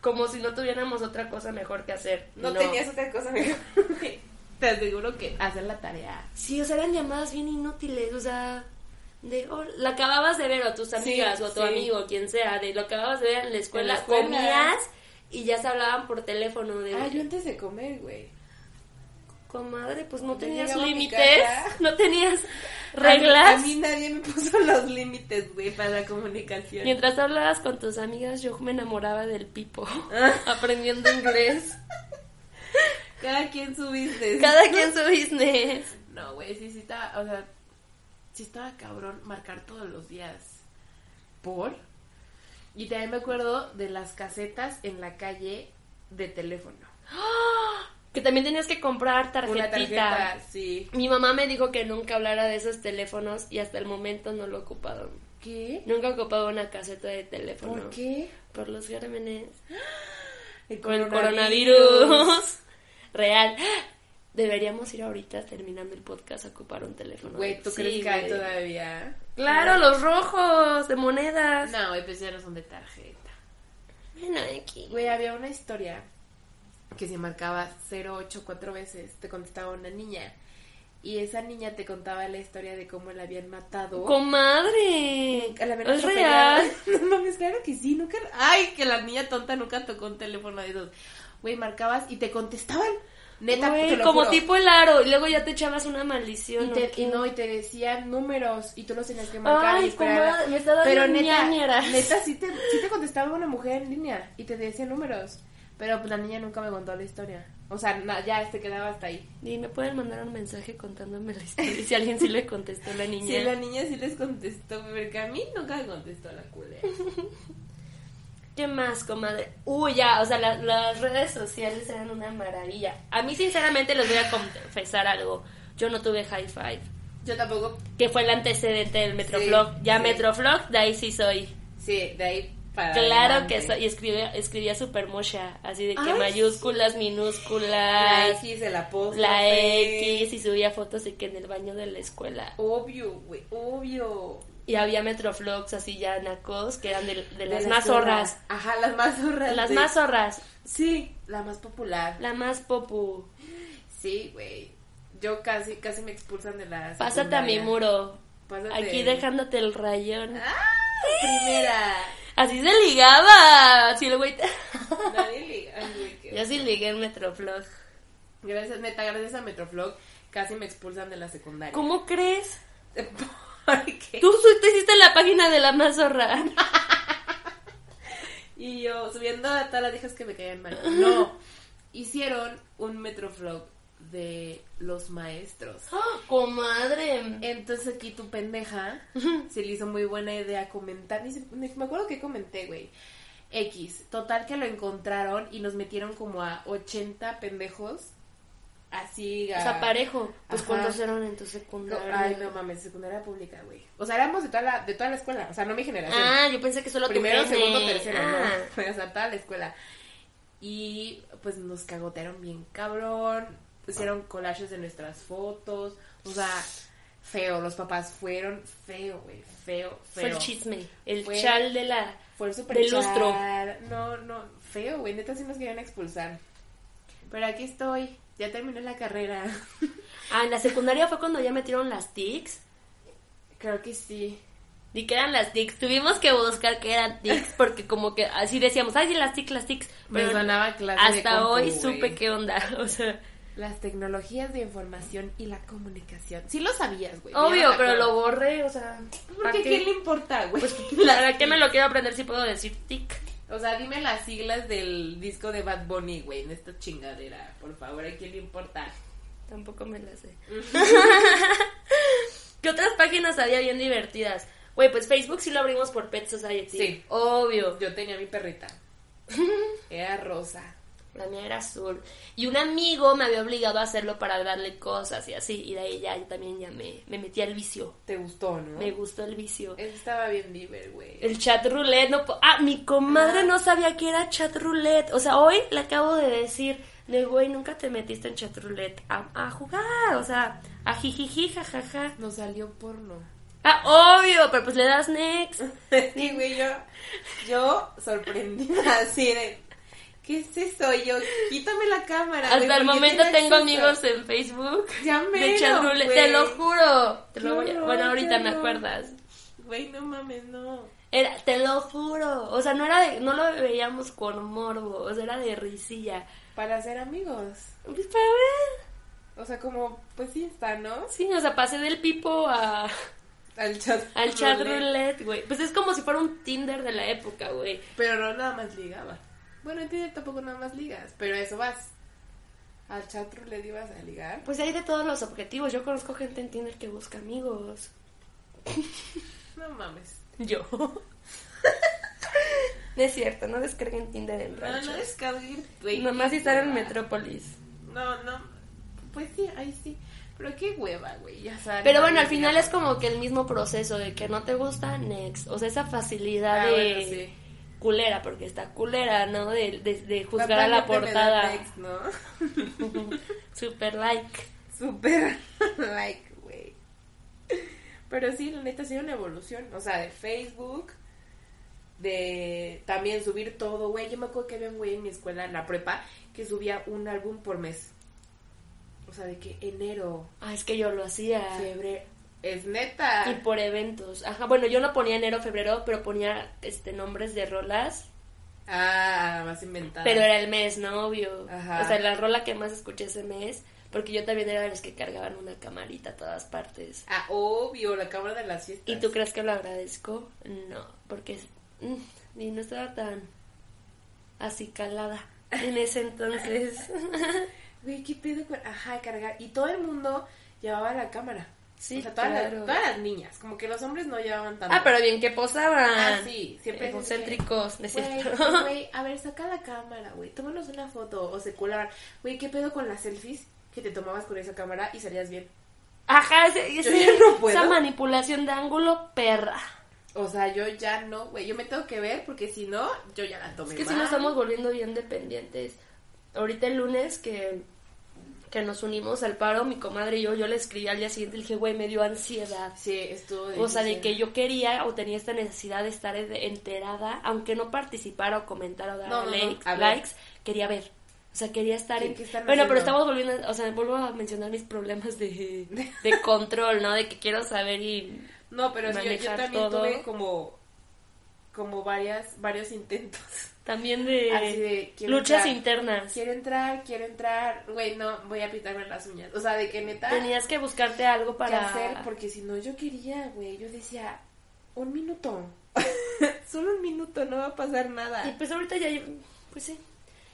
[SPEAKER 2] como si no tuviéramos otra cosa mejor que hacer.
[SPEAKER 3] No, tenías otra cosa mejor. Te aseguro que hacer la tarea.
[SPEAKER 2] Sí, o sea, eran llamadas bien inútiles, o sea, de hor- la acababas de ver o tus amigas o tu
[SPEAKER 3] sí.
[SPEAKER 2] amigo, quien sea, de lo acababas de ver en la escuela,
[SPEAKER 3] escuela.
[SPEAKER 2] comías y ya se hablaban por teléfono de
[SPEAKER 3] Ah, yo antes de comer, güey.
[SPEAKER 2] comadre, pues no
[SPEAKER 3] Yo
[SPEAKER 2] tenías
[SPEAKER 3] llegaba a mi
[SPEAKER 2] límites,
[SPEAKER 3] casa.
[SPEAKER 2] [laughs] no tenías
[SPEAKER 3] A
[SPEAKER 2] reglas.
[SPEAKER 3] mí, a mí nadie me puso los límites, güey, para la comunicación.
[SPEAKER 2] Mientras hablabas con tus amigas, yo me enamoraba del pipo,
[SPEAKER 3] Ah.
[SPEAKER 2] [laughs] aprendiendo
[SPEAKER 3] [laughs]
[SPEAKER 2] inglés.
[SPEAKER 3] Cada quien su business.
[SPEAKER 2] Cada quien su business.
[SPEAKER 3] No, güey, sí, sí estaba, o sea, sí estaba cabrón marcar todos los días. ¿Por? Y también me acuerdo de las casetas en la calle de teléfono.
[SPEAKER 2] Que también tenías que comprar
[SPEAKER 3] Una
[SPEAKER 2] tarjetita.
[SPEAKER 3] tarjeta, sí.
[SPEAKER 2] Mi mamá me dijo que nunca hablara de esos teléfonos y hasta el momento no lo he ocupado.
[SPEAKER 3] ¿Qué?
[SPEAKER 2] Nunca he ocupado una caseta de teléfono.
[SPEAKER 3] ¿Por qué?
[SPEAKER 2] Por los gérmenes.
[SPEAKER 3] El
[SPEAKER 2] Con el coronavirus. [laughs] Real. [gasps] Deberíamos ir ahorita terminando el podcast a ocupar un teléfono.
[SPEAKER 3] Güey, ¿tú
[SPEAKER 2] Sí,
[SPEAKER 3] crees que hay
[SPEAKER 2] güey.
[SPEAKER 3] todavía?
[SPEAKER 2] Claro, los rojos de monedas.
[SPEAKER 3] No, güey, pues ya no son de tarjeta.
[SPEAKER 2] Bueno, aquí.
[SPEAKER 3] Güey, había una historia que se marcaba 084 veces, te contestaba una niña. Y esa niña te contaba la historia de cómo la habían matado.
[SPEAKER 2] Comadre.
[SPEAKER 3] A la habían
[SPEAKER 2] Es
[SPEAKER 3] atropellado. [laughs]
[SPEAKER 2] real.
[SPEAKER 3] No mames, claro que sí, nunca. Ay, que la niña tonta nunca tocó un teléfono de esos. Güey, marcabas y te contestaban. Neta,
[SPEAKER 2] Güey,
[SPEAKER 3] te lo
[SPEAKER 2] como
[SPEAKER 3] juro.
[SPEAKER 2] tipo el aro. Y luego ya te echabas una maldición.
[SPEAKER 3] Y,
[SPEAKER 2] ¿o
[SPEAKER 3] te,
[SPEAKER 2] qué?
[SPEAKER 3] y no, y te decían números y tú los tenías que marcar y
[SPEAKER 2] Ay,
[SPEAKER 3] esperar.
[SPEAKER 2] comadre, me está dando
[SPEAKER 3] Pero neta,
[SPEAKER 2] ñañaras.
[SPEAKER 3] neta sí, te, sí te contestaba una mujer en línea y te decía números. Pero pues la niña nunca me contó la historia. O sea, na- ya se quedaba hasta ahí.
[SPEAKER 2] Y me pueden mandar un mensaje contándome la historia. Si alguien sí le contestó a la niña.
[SPEAKER 3] Sí, la niña sí les contestó, porque a mí nunca me contestó la culera.
[SPEAKER 2] ¿Qué más, comadre? Uy, ya, o sea, la- las redes sociales eran una maravilla. A mí, sinceramente, les voy a confesar algo. Yo no tuve high five.
[SPEAKER 3] [laughs] Yo tampoco.
[SPEAKER 2] que fue el antecedente del Metroflog.
[SPEAKER 3] Sí,
[SPEAKER 2] ya
[SPEAKER 3] sí.
[SPEAKER 2] Metroflog, de ahí sí soy.
[SPEAKER 3] Sí, de ahí para.
[SPEAKER 2] Claro
[SPEAKER 3] adelante.
[SPEAKER 2] que soy. Y escribía, escribía super musha, así de que
[SPEAKER 1] Ay,
[SPEAKER 2] mayúsculas,
[SPEAKER 3] La
[SPEAKER 2] minúsculas,
[SPEAKER 3] X, el apóstol.
[SPEAKER 2] la X, y subía fotos de que en el baño de la escuela.
[SPEAKER 3] Obvio, güey, obvio.
[SPEAKER 2] Y había Metroflogs así ya nacos, que eran de, de las
[SPEAKER 3] De
[SPEAKER 2] más zorras.
[SPEAKER 3] Ajá, las más zorras.
[SPEAKER 2] Las
[SPEAKER 3] sí.
[SPEAKER 2] más zorras,
[SPEAKER 3] Sí, la más popular.
[SPEAKER 2] la más popu.
[SPEAKER 3] Sí, güey. Yo casi, casi me expulsan de la.
[SPEAKER 2] Pásate a mi
[SPEAKER 3] secundaria.
[SPEAKER 2] muro.
[SPEAKER 3] Pásate. Ah.
[SPEAKER 2] Aquí dejándote el rayón.
[SPEAKER 3] Primera.
[SPEAKER 2] Así se ligaba. Sí, el güey.
[SPEAKER 3] Nadie liga. Ay, güey, qué-
[SPEAKER 2] [laughs] Yo sí ligué en Metroflog.
[SPEAKER 3] Gracias, neta, gracias a Metroflog casi me expulsan de la secundaria. [laughs]
[SPEAKER 2] ¿Cómo crees?
[SPEAKER 3] ¿Por qué?
[SPEAKER 2] Tú su- te hiciste la página de la más
[SPEAKER 3] [laughs]
[SPEAKER 2] zorra. [gasps]
[SPEAKER 3] Y yo subiendo a todas las viejas que me caían mal. No. Hicieron un Metroflog de los maestros.
[SPEAKER 2] comadre.
[SPEAKER 3] Entonces aquí tu
[SPEAKER 2] [laughs]
[SPEAKER 3] pendeja se le hizo muy buena idea comentar. ni si- ni- Me acuerdo que comenté, güey. X. Total que lo encontraron y nos metieron como a 80 pendejos. Así.
[SPEAKER 2] O
[SPEAKER 3] a-
[SPEAKER 2] sea, parejo. Pues
[SPEAKER 3] Ajá.
[SPEAKER 2] cuántos eran en tu
[SPEAKER 3] No,
[SPEAKER 2] secundaria.
[SPEAKER 3] ay, no mames, secundaria pública, güey. O sea, éramos de toda la, de toda la escuela. O sea, no mi generación.
[SPEAKER 2] Ah, yo pensé que solo tu
[SPEAKER 3] Primero,
[SPEAKER 2] gene.
[SPEAKER 3] segundo, tercero, [laughs]
[SPEAKER 2] Ah.
[SPEAKER 3] ¿no? O sea, toda la escuela. Y pues nos cagotearon bien cabrón, pusieron collages de nuestras fotos, o sea, feo, los papás fueron feo, güey, feo,
[SPEAKER 2] Fue el
[SPEAKER 3] feo.
[SPEAKER 2] chisme. El
[SPEAKER 3] Fue-
[SPEAKER 2] chal de la.
[SPEAKER 3] Fue súper
[SPEAKER 2] de lustro.
[SPEAKER 3] char, No, no, feo, güey, neta sí nos querían expulsar. Pero aquí estoy, ya terminé la carrera. [laughs]
[SPEAKER 2] Ah, en la secundaria fue cuando ya metieron las tics.
[SPEAKER 3] Creo que sí.
[SPEAKER 2] Ni que eran las tics. Tuvimos que buscar que eran
[SPEAKER 3] [laughs]
[SPEAKER 2] tics. Porque como que así decíamos, ay, sí, las tics, las tics.
[SPEAKER 3] Me
[SPEAKER 2] Pero
[SPEAKER 3] ganaba clase de
[SPEAKER 2] hasta
[SPEAKER 3] compu,
[SPEAKER 2] hoy
[SPEAKER 3] güey.
[SPEAKER 2] supe qué onda. [laughs] O sea,
[SPEAKER 3] Las tecnologías de información y la comunicación. Sí lo sabías, güey. ya no
[SPEAKER 2] obvio,
[SPEAKER 3] te
[SPEAKER 2] pero
[SPEAKER 3] acuerdas.
[SPEAKER 2] lo borré. O sea, ¿pa'
[SPEAKER 3] Porque a quién le importa, güey.
[SPEAKER 2] [laughs] ¿Para qué me lo quiero aprender si puedo decir tic?
[SPEAKER 3] Pues, O sea, dime las siglas del disco de Bad Bunny, güey, en esta chingadera. Por favor, ¿a quién le importa?
[SPEAKER 2] Tampoco me la sé. [laughs] ¿Qué otras páginas había bien divertidas? Güey, pues Facebook sí lo abrimos por Pet Society.
[SPEAKER 3] Sí.
[SPEAKER 2] Obvio.
[SPEAKER 3] Yo tenía mi
[SPEAKER 2] [laughs]
[SPEAKER 3] perrita. Era rosa.
[SPEAKER 2] La mía era azul. Y un amigo me había obligado a hacerlo para darle cosas y así. Y de ahí ya yo también ya me, me metí al vicio.
[SPEAKER 3] ¿Te gustó, no?
[SPEAKER 2] Me gustó el vicio.
[SPEAKER 3] Estaba bien diver, güey.
[SPEAKER 2] El chat roulette. No po- ah, mi comadre
[SPEAKER 3] Ah.
[SPEAKER 2] no sabía que era chat roulette. O sea, hoy le acabo de decir, de güey, nunca te metiste en chat roulette a, a jugar. O sea, a jijiji, jajaja.
[SPEAKER 3] Nos salió
[SPEAKER 2] [laughs]
[SPEAKER 3] porno.
[SPEAKER 2] Ah, obvio, pero pues le das next.
[SPEAKER 3] Sí, güey, yo, yo sorprendida, [laughs] así de, ¿qué es eso? Yo, quítame la cámara. güey,
[SPEAKER 2] Hasta el
[SPEAKER 3] ¿por qué
[SPEAKER 2] momento
[SPEAKER 3] tienes
[SPEAKER 2] tengo
[SPEAKER 3] eso?
[SPEAKER 2] amigos en Facebook.
[SPEAKER 3] Ya
[SPEAKER 2] De
[SPEAKER 3] mero,
[SPEAKER 2] chat roulette,
[SPEAKER 3] güey.
[SPEAKER 2] te lo juro. Te
[SPEAKER 3] Qué
[SPEAKER 2] lo voy a-
[SPEAKER 3] horror,
[SPEAKER 2] bueno,
[SPEAKER 3] qué
[SPEAKER 2] ahorita me
[SPEAKER 3] horror.
[SPEAKER 2] acuerdas.
[SPEAKER 3] Güey, no mames, no.
[SPEAKER 2] Era, te lo juro. O sea, no era de- no lo veíamos con morbo, o sea, era de risilla.
[SPEAKER 3] Para ser amigos.
[SPEAKER 2] Pues para ver.
[SPEAKER 3] O sea, como, pues sí está, ¿no?
[SPEAKER 2] Sí, o sea, pasé del pipo [laughs] a
[SPEAKER 3] Al chat.
[SPEAKER 2] Al chat
[SPEAKER 3] roulette.
[SPEAKER 2] roulette, güey. Pues es como si fuera un Tinder de la época, güey.
[SPEAKER 3] Pero no nada más ligaba. Bueno, en Tinder tampoco nada más ligas, pero a eso vas. Al chat le ibas a ligar.
[SPEAKER 2] Pues hay de todos los objetivos. Yo conozco gente en Tinder que busca amigos.
[SPEAKER 3] No mames.
[SPEAKER 2] [laughs] Yo. no es cierto, no descarguen Tinder en
[SPEAKER 3] No, no
[SPEAKER 2] ranchos.
[SPEAKER 3] descargué.
[SPEAKER 2] Nomás si están en Metrópolis.
[SPEAKER 3] No, no. Pues sí, ahí sí. Pero qué hueva, güey, ya sabes.
[SPEAKER 2] Pero bueno, al final es como que el mismo proceso de que no te gusta, next. O sea, esa facilidad
[SPEAKER 3] Ah,
[SPEAKER 2] de
[SPEAKER 3] bueno, sí.
[SPEAKER 2] culera, porque está culera, ¿no? De, de- de juzgar a la
[SPEAKER 3] Totalmente me da
[SPEAKER 2] portada.
[SPEAKER 3] likes, ¿no?
[SPEAKER 2] [laughs] Super like.
[SPEAKER 3] Super [laughs] like, güey. Pero sí, la neta ha sido una evolución. O sea, de Facebook, de también subir todo, güey. Yo me acuerdo que había un güey en mi escuela, en la prepa, que subía un álbum por mes. O sea, de que enero,
[SPEAKER 2] Ah, es que yo lo hacía.
[SPEAKER 3] febrero. Es
[SPEAKER 2] Y
[SPEAKER 3] neta.
[SPEAKER 2] por eventos. Ajá, bueno, yo no ponía enero, febrero, pero ponía este nombres de rolas.
[SPEAKER 3] Ah, más inventada.
[SPEAKER 2] Pero era el mes, ¿no? Obvio.
[SPEAKER 3] Ajá.
[SPEAKER 2] O sea, la rola que más escuché ese mes, porque yo también era de los que cargaban una camarita a todas partes.
[SPEAKER 3] Ah, obvio, la cámara de las fiestas.
[SPEAKER 2] ¿Y tú crees que lo agradezco? No, porque es- mm, ni no estaba tan así calada en
[SPEAKER 3] [laughs]
[SPEAKER 2] ese entonces.
[SPEAKER 3] Güey, qué pedo. con- Ajá, cargar. Y todo el mundo llevaba la cámara.
[SPEAKER 2] Sí,
[SPEAKER 3] o sea, todas,
[SPEAKER 2] claro.
[SPEAKER 3] las, todas las niñas. Como que los hombres no llevaban tanto.
[SPEAKER 2] Ah, pero bien que posaban.
[SPEAKER 3] Ah, sí, siempre
[SPEAKER 2] Egocéntricos, ¿no es
[SPEAKER 3] Güey, pues,
[SPEAKER 2] cierto? [laughs]
[SPEAKER 3] güey, a ver, saca la cámara, güey. Tómanos una foto o secular. Güey, ¿qué pedo con las selfies que te tomabas con esa cámara y salías bien?
[SPEAKER 2] Ajá, ese-
[SPEAKER 3] Yo
[SPEAKER 2] ese-
[SPEAKER 3] ya no puedo.
[SPEAKER 2] esa manipulación de ángulo perra.
[SPEAKER 3] O sea, yo ya no, güey. Yo me tengo que ver porque si no, yo ya la tomé.
[SPEAKER 2] Es que si
[SPEAKER 3] mal.
[SPEAKER 2] nos estamos volviendo bien dependientes. Ahorita el lunes que, que nos unimos al paro, mi comadre y yo, yo le escribí al día siguiente, le dije, güey, me dio ansiedad.
[SPEAKER 3] Sí, estuvo
[SPEAKER 2] O sea, de
[SPEAKER 3] difícil.
[SPEAKER 2] que yo quería o tenía esta necesidad de estar en- enterada, aunque no participara o comentara o dar
[SPEAKER 3] No, no, no,
[SPEAKER 2] likes,
[SPEAKER 3] a ver.
[SPEAKER 2] likes, quería ver. O sea, quería estar
[SPEAKER 3] ¿Qué-
[SPEAKER 2] en...
[SPEAKER 3] qué están
[SPEAKER 2] bueno, pero
[SPEAKER 3] haciendo?
[SPEAKER 2] estamos volviendo, o sea, vuelvo a mencionar mis problemas de,
[SPEAKER 3] [laughs]
[SPEAKER 2] de control, ¿no? De que quiero saber y...
[SPEAKER 3] No, pero sí, yo, yo
[SPEAKER 2] manejar
[SPEAKER 3] también
[SPEAKER 2] todo.
[SPEAKER 3] tuve como como varias varios intentos. [laughs]
[SPEAKER 2] También de,
[SPEAKER 3] Así de, quiero
[SPEAKER 2] luchas
[SPEAKER 3] entrar.
[SPEAKER 2] internas.
[SPEAKER 3] Quiero entrar, quiero entrar. Güey, no, voy a pintarme las uñas. O sea, de que neta
[SPEAKER 2] Tenías que buscarte algo
[SPEAKER 3] qué
[SPEAKER 2] para...
[SPEAKER 3] hacer porque si no yo quería, güey. Yo decía, un minuto. [laughs] Solo un minuto, no va a pasar nada.
[SPEAKER 2] Y pues ahorita ya, hay- pues sí.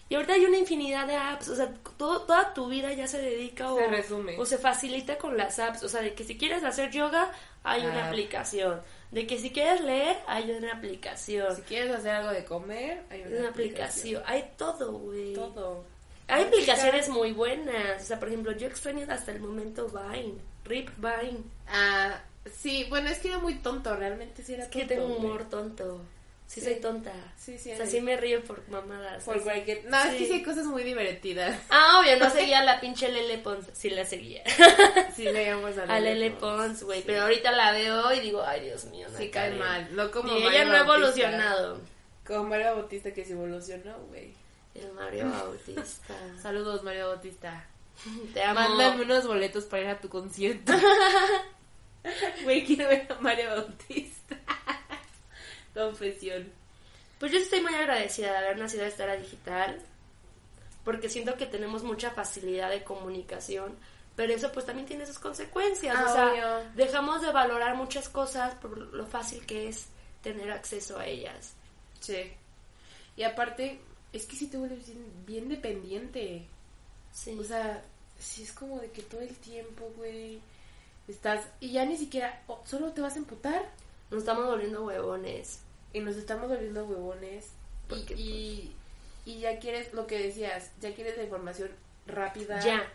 [SPEAKER 2] Y ahorita hay una infinidad de apps, o sea, todo, toda tu vida ya se dedica o
[SPEAKER 3] Se resume.
[SPEAKER 2] o se facilita con las apps, o sea, de que si quieres hacer yoga hay una
[SPEAKER 3] Ah.
[SPEAKER 2] aplicación, de que si quieres leer hay una aplicación,
[SPEAKER 3] Si quieres hacer algo de comer, hay
[SPEAKER 2] una, aplicación. hay todo, güey.
[SPEAKER 3] Todo.
[SPEAKER 2] Hay
[SPEAKER 3] Aplica-
[SPEAKER 2] aplicaciones muy buenas, o sea, por ejemplo, yo extraño hasta el momento Vine, Rip Vine,
[SPEAKER 3] Ah, sí, bueno, es que era muy tonto, realmente sí era
[SPEAKER 2] es que
[SPEAKER 3] tonto,
[SPEAKER 2] tengo
[SPEAKER 3] güey.
[SPEAKER 2] humor tonto, sí,
[SPEAKER 3] Sí.
[SPEAKER 2] soy tonta,
[SPEAKER 3] Sí, sí,
[SPEAKER 2] o sea,
[SPEAKER 3] eres.
[SPEAKER 2] sí me río por mamadas.
[SPEAKER 3] Por
[SPEAKER 2] o sea,
[SPEAKER 3] cualquier... No, es
[SPEAKER 2] Sí.
[SPEAKER 3] que sí hay cosas muy divertidas. [laughs]
[SPEAKER 2] Ah, obvio, no seguía a la pinche Lele Pons. Sí, la seguía.
[SPEAKER 3] Sí, leíamos a
[SPEAKER 2] A Lele
[SPEAKER 3] Pons.
[SPEAKER 2] Pons, güey. Pero ahorita la veo y digo, ay, Dios mío.
[SPEAKER 3] Sí
[SPEAKER 2] Natalia.
[SPEAKER 3] cae mal, no como
[SPEAKER 2] y ella
[SPEAKER 3] Mario
[SPEAKER 2] no ha
[SPEAKER 3] Bautista.
[SPEAKER 2] evolucionado.
[SPEAKER 3] Como Mario Bautista que se evolucionó, güey.
[SPEAKER 2] El
[SPEAKER 3] [laughs]
[SPEAKER 2] Mario Bautista.
[SPEAKER 3] Saludos, Mario Bautista.
[SPEAKER 2] Te amo.
[SPEAKER 3] Mándame unos boletos para ir a tu concierto. Güey, quiero ver a Mario Bautista. Confesión.
[SPEAKER 2] Pues yo estoy muy agradecida de haber nacido a esta era digital. Porque siento que tenemos mucha facilidad de comunicación. Pero eso pues también tiene sus consecuencias.
[SPEAKER 3] Ah,
[SPEAKER 2] o sea,
[SPEAKER 3] obvio.
[SPEAKER 2] dejamos de valorar muchas cosas por lo fácil que es tener acceso a ellas.
[SPEAKER 3] Che. Y aparte, es que sí te vuelves bien, bien dependiente.
[SPEAKER 2] Sí.
[SPEAKER 3] O sea, sí es como de que todo el tiempo, güey, estás... Y ya ni siquiera... o- solo te vas a emputar.
[SPEAKER 2] nos estamos volviendo huevones.
[SPEAKER 3] y nos estamos volviendo huevones
[SPEAKER 2] ¿Por
[SPEAKER 3] y,
[SPEAKER 2] qué,
[SPEAKER 3] y, y ya quieres lo que decías, ya quieres la información rápida.
[SPEAKER 2] Ya.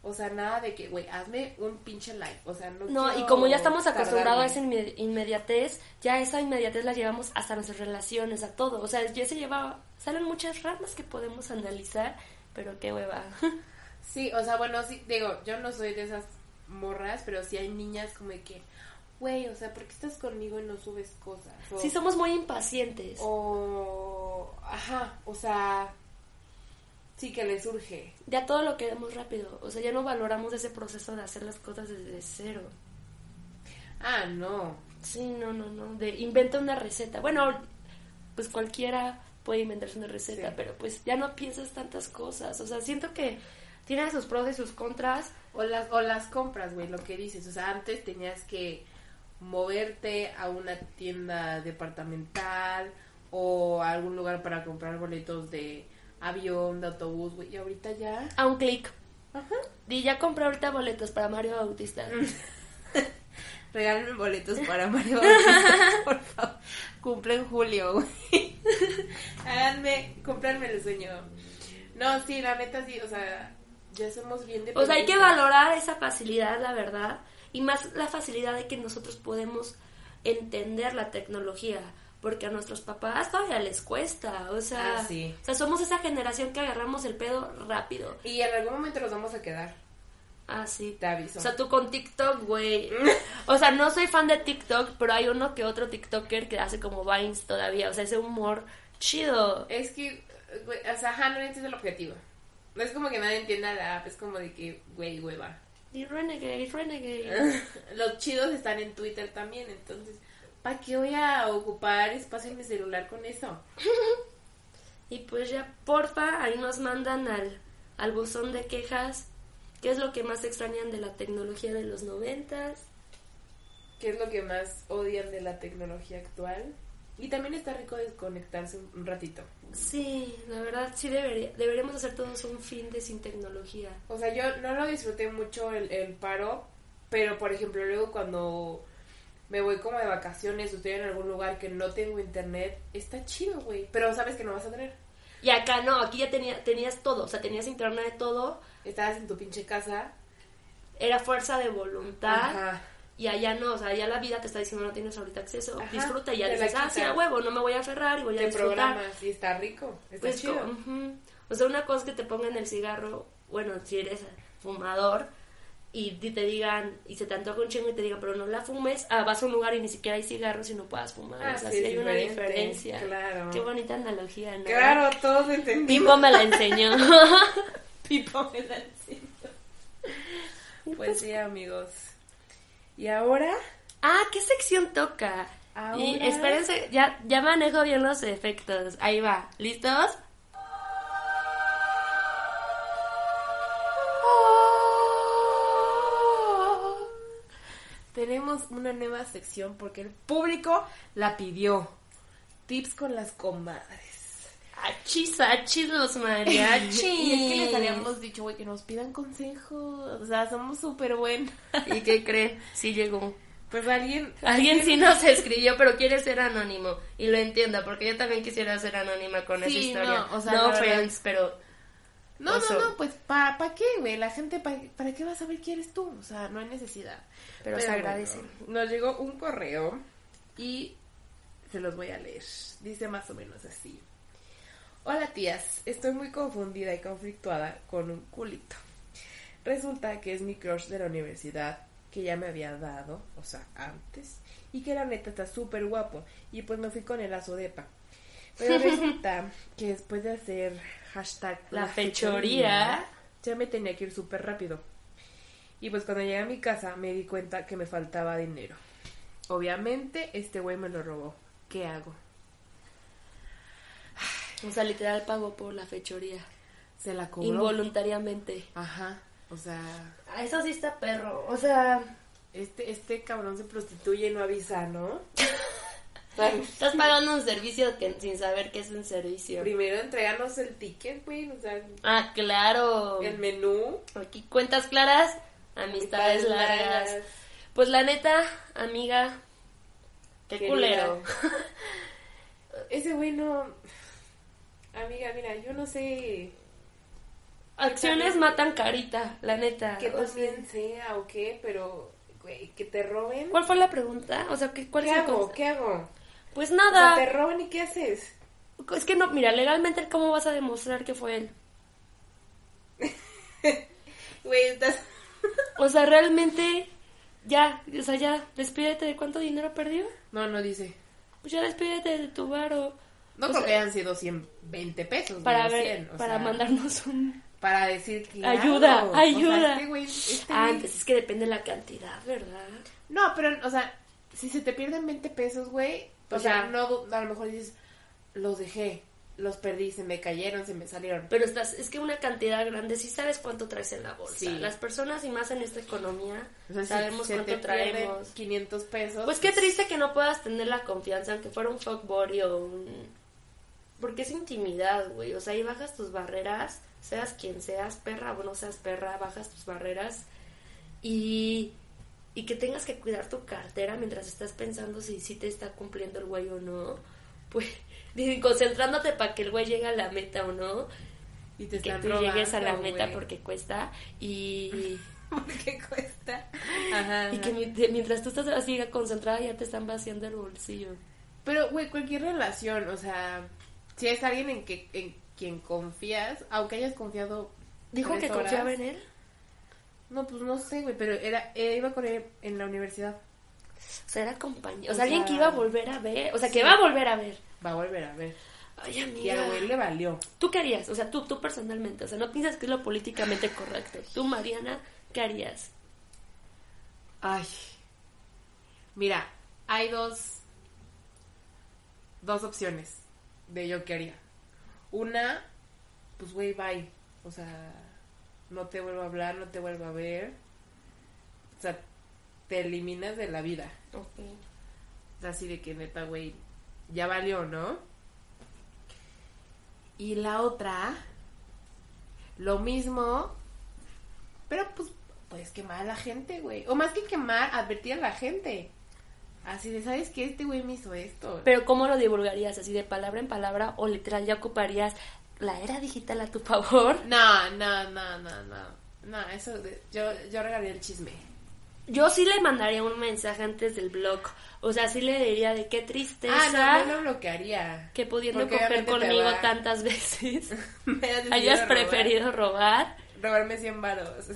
[SPEAKER 3] O sea, nada de que, güey, hazme un pinche live. O sea, no
[SPEAKER 2] No, y
[SPEAKER 3] quiero
[SPEAKER 2] como ya estamos acostumbrados
[SPEAKER 3] tardarme.
[SPEAKER 2] a esa inme- inmediatez, ya esa inmediatez la llevamos hasta nuestras relaciones, a todo. O sea, ya se lleva, salen muchas ramas que podemos analizar, pero qué hueva. [laughs]
[SPEAKER 3] Sí, o sea, bueno, sí, digo, yo no soy de esas morras, pero sí hay niñas como de que, güey, o sea, ¿por qué estás conmigo y no subes cosas? O,
[SPEAKER 2] Sí, somos muy impacientes.
[SPEAKER 3] Oh. o ajá, o sea, sí que le surge.
[SPEAKER 2] Ya todo lo queremos rápido. O sea, ya no valoramos ese proceso de hacer las cosas desde cero.
[SPEAKER 3] Ah, no.
[SPEAKER 2] Sí, no, no, no. De inventa una receta. Bueno, pues cualquiera puede inventarse una receta,
[SPEAKER 3] Sí.
[SPEAKER 2] pero pues ya no piensas tantas cosas. O sea, siento que tiene sus pros y sus contras.
[SPEAKER 3] O las, o las compras, güey, lo que dices. O sea, antes tenías que moverte a una tienda departamental o a algún lugar para comprar boletos de avión, de autobús, güey. Y ahorita ya.
[SPEAKER 2] A un clic. Y ya compré ahorita boletos para Mario Bautista.
[SPEAKER 3] Mm, Regálenme boletos para Mario Bautista, [laughs] por favor. Cumple en julio, güey. [laughs] Háganme, cumplirme el sueño. No, sí, la neta sí, o sea, ya somos bien
[SPEAKER 2] O sea, hay que
[SPEAKER 3] dependientes.
[SPEAKER 2] valorar esa facilidad, la verdad. Y más la facilidad de que nosotros podemos entender la tecnología. Porque a nuestros papás todavía les cuesta. O sea,
[SPEAKER 3] Ah, sí.
[SPEAKER 2] o sea somos esa generación que agarramos el pedo rápido.
[SPEAKER 3] Y en algún momento nos vamos a quedar,
[SPEAKER 2] Ah, sí.
[SPEAKER 3] te aviso. Mm.
[SPEAKER 2] O sea, tú con TikTok, güey. [laughs] O sea, no soy fan de TikTok, pero hay uno que otro TikToker que hace como Vines todavía. O sea, ese humor chido.
[SPEAKER 3] Es que, güey, o sea, ajá, no entiendo el objetivo. No es como que nadie entienda la app, es como de que, güey, hueva. [laughs]
[SPEAKER 2] Y Renegade, Renegade.
[SPEAKER 3] Los chidos están en Twitter también, entonces, ¿para qué voy a ocupar espacio en mi celular con eso?
[SPEAKER 2] Y pues ya, porfa, ahí nos mandan al, al buzón de quejas. ¿Qué es lo que más extrañan de la tecnología de los noventas?
[SPEAKER 3] ¿Qué es lo que más odian de la tecnología actual? Y también está rico desconectarse un un ratito.
[SPEAKER 2] Sí, la verdad, sí debería, deberíamos hacer todos un fin de sin tecnología.
[SPEAKER 3] O sea, yo no lo disfruté mucho el, el paro, pero por ejemplo, luego cuando me voy como de vacaciones o estoy en algún lugar que no tengo internet, está chido, güey. Pero sabes que no vas a tener.
[SPEAKER 2] Y acá no, aquí ya tenía, tenías todo, o sea, tenías internet, todo.
[SPEAKER 3] estabas en tu pinche casa
[SPEAKER 2] era fuerza de voluntad.
[SPEAKER 3] Ajá.
[SPEAKER 2] Y allá no, o sea, allá la vida te está diciendo no tienes ahorita acceso,
[SPEAKER 3] Ajá,
[SPEAKER 2] disfruta. Y ya
[SPEAKER 3] te la
[SPEAKER 2] dices, ah,
[SPEAKER 3] quita.
[SPEAKER 2] sí, a huevo, no me voy a aferrar y voy a
[SPEAKER 3] Te
[SPEAKER 2] disfrutar.
[SPEAKER 3] programas y está rico, está
[SPEAKER 2] Pues
[SPEAKER 3] chido.
[SPEAKER 2] como, ujú. O sea, una cosa es que te pongan el cigarro, bueno, si eres fumador, y di- te digan, y se te antoja un chingo y te digan, pero no la fumes, ah, vas a un lugar y ni siquiera hay cigarros y no puedas fumar.
[SPEAKER 3] Ah,
[SPEAKER 2] o sea,
[SPEAKER 3] sí,
[SPEAKER 2] sí
[SPEAKER 3] es
[SPEAKER 2] hay una
[SPEAKER 3] diferente,
[SPEAKER 2] diferencia.
[SPEAKER 3] claro.
[SPEAKER 2] Qué bonita analogía, ¿no?
[SPEAKER 3] Claro, todos entendimos.
[SPEAKER 2] Pipo me la enseñó.
[SPEAKER 3] [laughs] Pipo me la enseñó. Pues sí, amigos. Y ahora,
[SPEAKER 2] ah, ¿qué sección toca?
[SPEAKER 3] Ahora-
[SPEAKER 2] Y espérense, ya, ya manejo bien los efectos. Ahí va, ¿listos?
[SPEAKER 1] Tenemos una nueva sección porque el público la pidió. Tips con las comadres.
[SPEAKER 2] Achis, achis
[SPEAKER 3] [laughs]
[SPEAKER 2] los
[SPEAKER 1] Y es
[SPEAKER 2] mariachis.
[SPEAKER 1] que les habíamos dicho, güey, que nos pidan consejos. O sea, somos súper buenos.
[SPEAKER 2] [laughs] ¿Y qué cree? Sí llegó.
[SPEAKER 3] pues alguien
[SPEAKER 2] Alguien sí nos escribió, pero quiere ser anónimo. Y lo entiendo, porque yo también quisiera ser anónima con esa
[SPEAKER 1] Sí,
[SPEAKER 2] historia. No,
[SPEAKER 1] no, o sea, la verdad.
[SPEAKER 2] offense, pero
[SPEAKER 1] No,
[SPEAKER 2] Oso.
[SPEAKER 1] no, no, pues ¿para qué, güey? La gente, pa- ¿para qué va a saber quién eres tú? O sea, no hay necesidad.
[SPEAKER 2] Pero se agradece.
[SPEAKER 3] nos llegó un correo
[SPEAKER 1] Y se los voy a leer. Dice más o menos así.
[SPEAKER 3] Hola tías, estoy muy confundida y conflictuada con un culito. Resulta que es mi crush de la universidad que ya me había dado, o sea, antes, y que la neta está súper guapo, y pues me fui con el aso depa.
[SPEAKER 2] [laughs]
[SPEAKER 3] Pero resulta que después de hacer hashtag
[SPEAKER 2] La fechoría.
[SPEAKER 3] ya me tenía que ir súper rápido. Y pues cuando llegué a mi casa me di cuenta que me faltaba dinero. Obviamente este güey me lo robó. ¿Qué hago?
[SPEAKER 2] o sea, literal pagó por la fechoría.
[SPEAKER 1] Se la cobró.
[SPEAKER 2] Involuntariamente.
[SPEAKER 1] Ajá. O sea,
[SPEAKER 2] Ah, Eso sí está perro. O sea,
[SPEAKER 3] Este, este cabrón se prostituye y no avisa, ¿no?
[SPEAKER 2] estás pagando un servicio que, sin saber que es un servicio.
[SPEAKER 3] Primero entreganos el ticket, güey, o sea,
[SPEAKER 2] Ah,
[SPEAKER 1] Oh.
[SPEAKER 2] claro.
[SPEAKER 3] el menú.
[SPEAKER 2] Aquí cuentas claras, amistades largas. Pues la neta, amiga, qué
[SPEAKER 3] Querida.
[SPEAKER 2] culero.
[SPEAKER 3] [laughs] Ese güey no... Amiga, mira, yo no sé
[SPEAKER 2] Acciones matan carita, la neta.
[SPEAKER 3] qué
[SPEAKER 2] O sea,
[SPEAKER 3] también sea o qué, pero, güey, que te roben.
[SPEAKER 2] ¿Cuál fue la pregunta? O sea, ¿qué, cuál
[SPEAKER 3] ¿Qué
[SPEAKER 2] es el
[SPEAKER 3] hago?
[SPEAKER 2] conse-
[SPEAKER 3] ¿Qué hago?
[SPEAKER 2] Pues
[SPEAKER 3] O sea,
[SPEAKER 2] nada.
[SPEAKER 3] te roban y ¿qué haces?
[SPEAKER 2] Es que no, mira, legalmente, ¿cómo vas a demostrar que fue él?
[SPEAKER 3] Güey, estás...
[SPEAKER 2] O sea, realmente, ya, o sea, ya, despídete de cuánto dinero perdió.
[SPEAKER 1] no, no dice.
[SPEAKER 2] Pues ya despídete de tu varo.
[SPEAKER 1] No
[SPEAKER 2] O
[SPEAKER 1] creo
[SPEAKER 2] sea,
[SPEAKER 1] que hayan sido 120
[SPEAKER 3] Pues
[SPEAKER 1] pesos.
[SPEAKER 2] Para
[SPEAKER 1] güey,
[SPEAKER 2] ver,
[SPEAKER 1] 100, o
[SPEAKER 2] para
[SPEAKER 1] sea,
[SPEAKER 2] mandarnos un.
[SPEAKER 3] Ah,
[SPEAKER 1] Para decir que.
[SPEAKER 2] Ayuda,
[SPEAKER 1] o sea,
[SPEAKER 2] ayuda.
[SPEAKER 1] este güey- este
[SPEAKER 2] Ah,
[SPEAKER 1] güey-
[SPEAKER 2] pues es que depende la cantidad, ¿verdad?
[SPEAKER 1] No, pero, o sea, si se te pierden 20 pesos, güey,
[SPEAKER 2] Pues
[SPEAKER 1] o sea,
[SPEAKER 2] ya.
[SPEAKER 1] no, du- a lo mejor dices, los dejé, los perdí, se me cayeron, se me salieron.
[SPEAKER 2] Pero estás, es que una cantidad grande, sí sabes cuánto traes en la bolsa.
[SPEAKER 1] Sí.
[SPEAKER 2] Las personas y más en esta economía,
[SPEAKER 1] O sea, si
[SPEAKER 2] sabemos
[SPEAKER 1] se te
[SPEAKER 2] cuánto
[SPEAKER 1] pierden
[SPEAKER 2] traemos.
[SPEAKER 1] 500 pesos.
[SPEAKER 2] Pues qué triste que no puedas tener la confianza, aunque fuera un fuckboy o un... Porque es intimidad, güey. O sea, ahí bajas tus barreras, seas quien seas, perra o no seas perra, bajas tus barreras y... Y que tengas que cuidar tu cartera mientras estás pensando si sí te está cumpliendo el güey o no. Pues, [laughs] dicen, concentrándote para que el güey llegue a la meta o no.
[SPEAKER 3] Y te
[SPEAKER 2] Que
[SPEAKER 3] están
[SPEAKER 2] tú llegues a la
[SPEAKER 3] robando,
[SPEAKER 2] meta
[SPEAKER 1] [laughs]
[SPEAKER 3] güey.
[SPEAKER 2] porque cuesta.
[SPEAKER 3] [laughs]
[SPEAKER 2] Y...
[SPEAKER 3] Porque cuesta. Ajá.
[SPEAKER 2] Y que mi- de- mientras tú estás así concentrada ya te están vaciando el bolsillo.
[SPEAKER 1] Pero, güey, cualquier relación, o sea, si es alguien en, que, en quien confías, aunque hayas confiado.
[SPEAKER 2] ¿Dijo
[SPEAKER 1] tres
[SPEAKER 2] que
[SPEAKER 1] horas-
[SPEAKER 2] confiaba en él?
[SPEAKER 1] No, pues no sé, güey, pero era, eh, iba con él en la universidad.
[SPEAKER 2] O sea, era compañero. O
[SPEAKER 1] O
[SPEAKER 2] sea, alguien
[SPEAKER 1] sea,
[SPEAKER 2] que iba a volver a ver. O sea, que
[SPEAKER 1] sí.
[SPEAKER 2] va a volver a ver.
[SPEAKER 1] Va a volver a ver.
[SPEAKER 2] Ay,
[SPEAKER 1] Y al güey le
[SPEAKER 2] amiga.
[SPEAKER 1] valió.
[SPEAKER 2] Tú qué harías, o sea, tú, tú personalmente. O sea, no piensas que es lo políticamente correcto. Tú, Mariana, ¿qué harías?
[SPEAKER 1] Ay. Mira, hay dos dos opciones de yo qué haría. Una, pues güey, bye. O sea, no te vuelvo a hablar, no te vuelvo a ver. O sea, te eliminas de la vida. O sea, así de que neta, güey, ya valió, ¿no? Y la otra, lo mismo, pero pues puedes quemar a la gente, güey. O más que quemar, advertir a la gente. Así de, ¿sabes qué? Este güey me hizo esto.
[SPEAKER 2] Pero ¿cómo lo divulgarías? ¿Así de palabra en palabra o literal ya ocuparías la era digital a tu favor?
[SPEAKER 1] No, no, no, no, no.
[SPEAKER 3] No, eso, de- yo, yo regalé el chisme.
[SPEAKER 2] Yo sí le mandaría un mensaje antes del blog. O sea, sí le diría de qué tristeza
[SPEAKER 3] Ah, no, yo lo bloquearía.
[SPEAKER 2] que pudiendo
[SPEAKER 3] Porque
[SPEAKER 2] coger
[SPEAKER 3] obviamente te
[SPEAKER 2] conmigo
[SPEAKER 3] va-
[SPEAKER 2] tantas
[SPEAKER 3] [laughs]
[SPEAKER 2] veces
[SPEAKER 1] [laughs]
[SPEAKER 3] Me has decidido
[SPEAKER 2] hayas
[SPEAKER 3] robar-
[SPEAKER 2] preferido robar. [laughs]
[SPEAKER 3] Robarme 100 varos.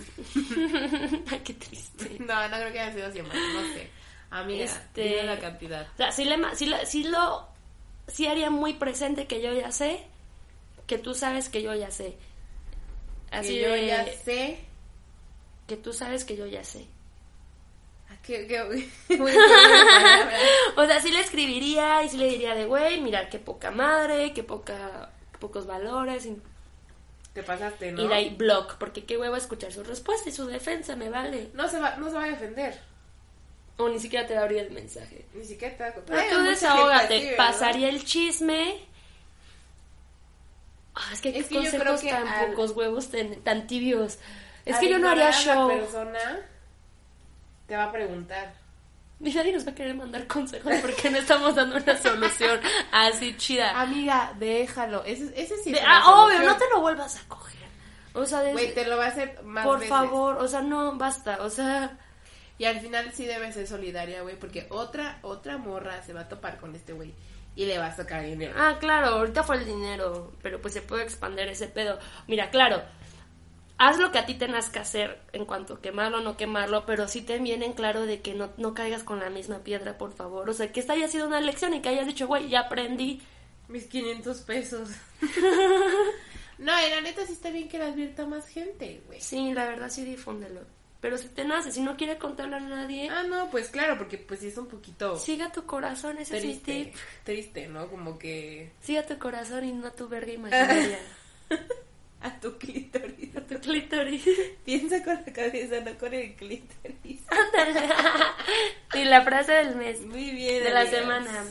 [SPEAKER 1] [laughs]
[SPEAKER 2] Ay, qué triste.
[SPEAKER 3] No, no creo que hayan sido 100 varos, no sé. Amiga,
[SPEAKER 2] Este-
[SPEAKER 3] dime la cantidad.
[SPEAKER 2] O sea, sí, le, ma- sí, la- sí lo... Sí haría muy presente que yo ya sé, que tú sabes que yo ya sé. Así
[SPEAKER 3] que yo
[SPEAKER 2] de-
[SPEAKER 3] ya sé...
[SPEAKER 2] Que tú sabes que yo ya sé.
[SPEAKER 3] Que, [laughs] que, muy buena palabra.
[SPEAKER 2] O sea, sí le escribiría y sí le diría de, güey, mira, qué poca madre, qué poca pocos valores. Y,
[SPEAKER 3] Te pasaste, ¿no?
[SPEAKER 2] y de ahí blog, porque qué huevo escuchar su respuesta y su defensa, me vale.
[SPEAKER 3] No se, va, no se va a defender.
[SPEAKER 2] O ni siquiera te abría el mensaje.
[SPEAKER 3] Ni siquiera te va a
[SPEAKER 2] Pero
[SPEAKER 3] Ay,
[SPEAKER 2] tú
[SPEAKER 3] mucha
[SPEAKER 2] desahógate,
[SPEAKER 3] gente así, ¿verdad?
[SPEAKER 2] pasaría el chisme. Ah, es que
[SPEAKER 3] Es
[SPEAKER 2] qué
[SPEAKER 3] que yo creo
[SPEAKER 2] consejos
[SPEAKER 3] que
[SPEAKER 2] tan
[SPEAKER 3] al-
[SPEAKER 2] pocos huevos ten- tan tibios. Es
[SPEAKER 3] Al
[SPEAKER 2] que yo no haría
[SPEAKER 3] ignorar a
[SPEAKER 2] show.
[SPEAKER 3] La persona te va a preguntar.
[SPEAKER 2] Y nadie nos va a querer mandar consejos porque no estamos dando una solución así chida.
[SPEAKER 3] Amiga, déjalo. Ese, ese Ah, sí
[SPEAKER 2] De-
[SPEAKER 3] es una
[SPEAKER 2] ah, obvio,
[SPEAKER 3] solución.
[SPEAKER 2] no te lo vuelvas a coger. O sea, de-
[SPEAKER 3] Güey, te lo va a hacer más
[SPEAKER 2] por
[SPEAKER 3] veces.
[SPEAKER 2] favor, o sea, no, basta. O sea,
[SPEAKER 3] Y al final sí debe ser solidaria, güey, porque otra otra morra se va a topar con este güey y le va a sacar dinero.
[SPEAKER 2] Ah, claro, ahorita fue el dinero, pero pues se puede expandir ese pedo. Mira, claro, haz lo que a ti tengas que hacer en cuanto a quemarlo o no quemarlo, pero sí ten bien en claro de que no, no caigas con la misma piedra, por favor. O sea, que esta haya sido una lección y que hayas dicho, güey, ya aprendí.
[SPEAKER 3] Mis 500 pesos. no, y la neta sí está bien que la advierta más gente, güey.
[SPEAKER 2] Sí, la verdad sí difúndelo. Pero si te nace, si no quiere contarlo a nadie,
[SPEAKER 3] Ah, no, pues claro, porque pues sí es un poquito
[SPEAKER 2] siga tu corazón, ese es mi
[SPEAKER 3] triste,
[SPEAKER 2] tip.
[SPEAKER 3] triste, ¿no? Como que
[SPEAKER 2] Siga tu corazón y no tu verga [laughs] imaginaria.
[SPEAKER 3] a tu clítoris.
[SPEAKER 2] A tu clítoris.
[SPEAKER 3] Piensa con la cabeza, no con el clítoris.
[SPEAKER 2] Ándale. [laughs] Sí, la frase del mes,
[SPEAKER 3] Muy bien.
[SPEAKER 2] de la
[SPEAKER 3] amigas.
[SPEAKER 2] semana.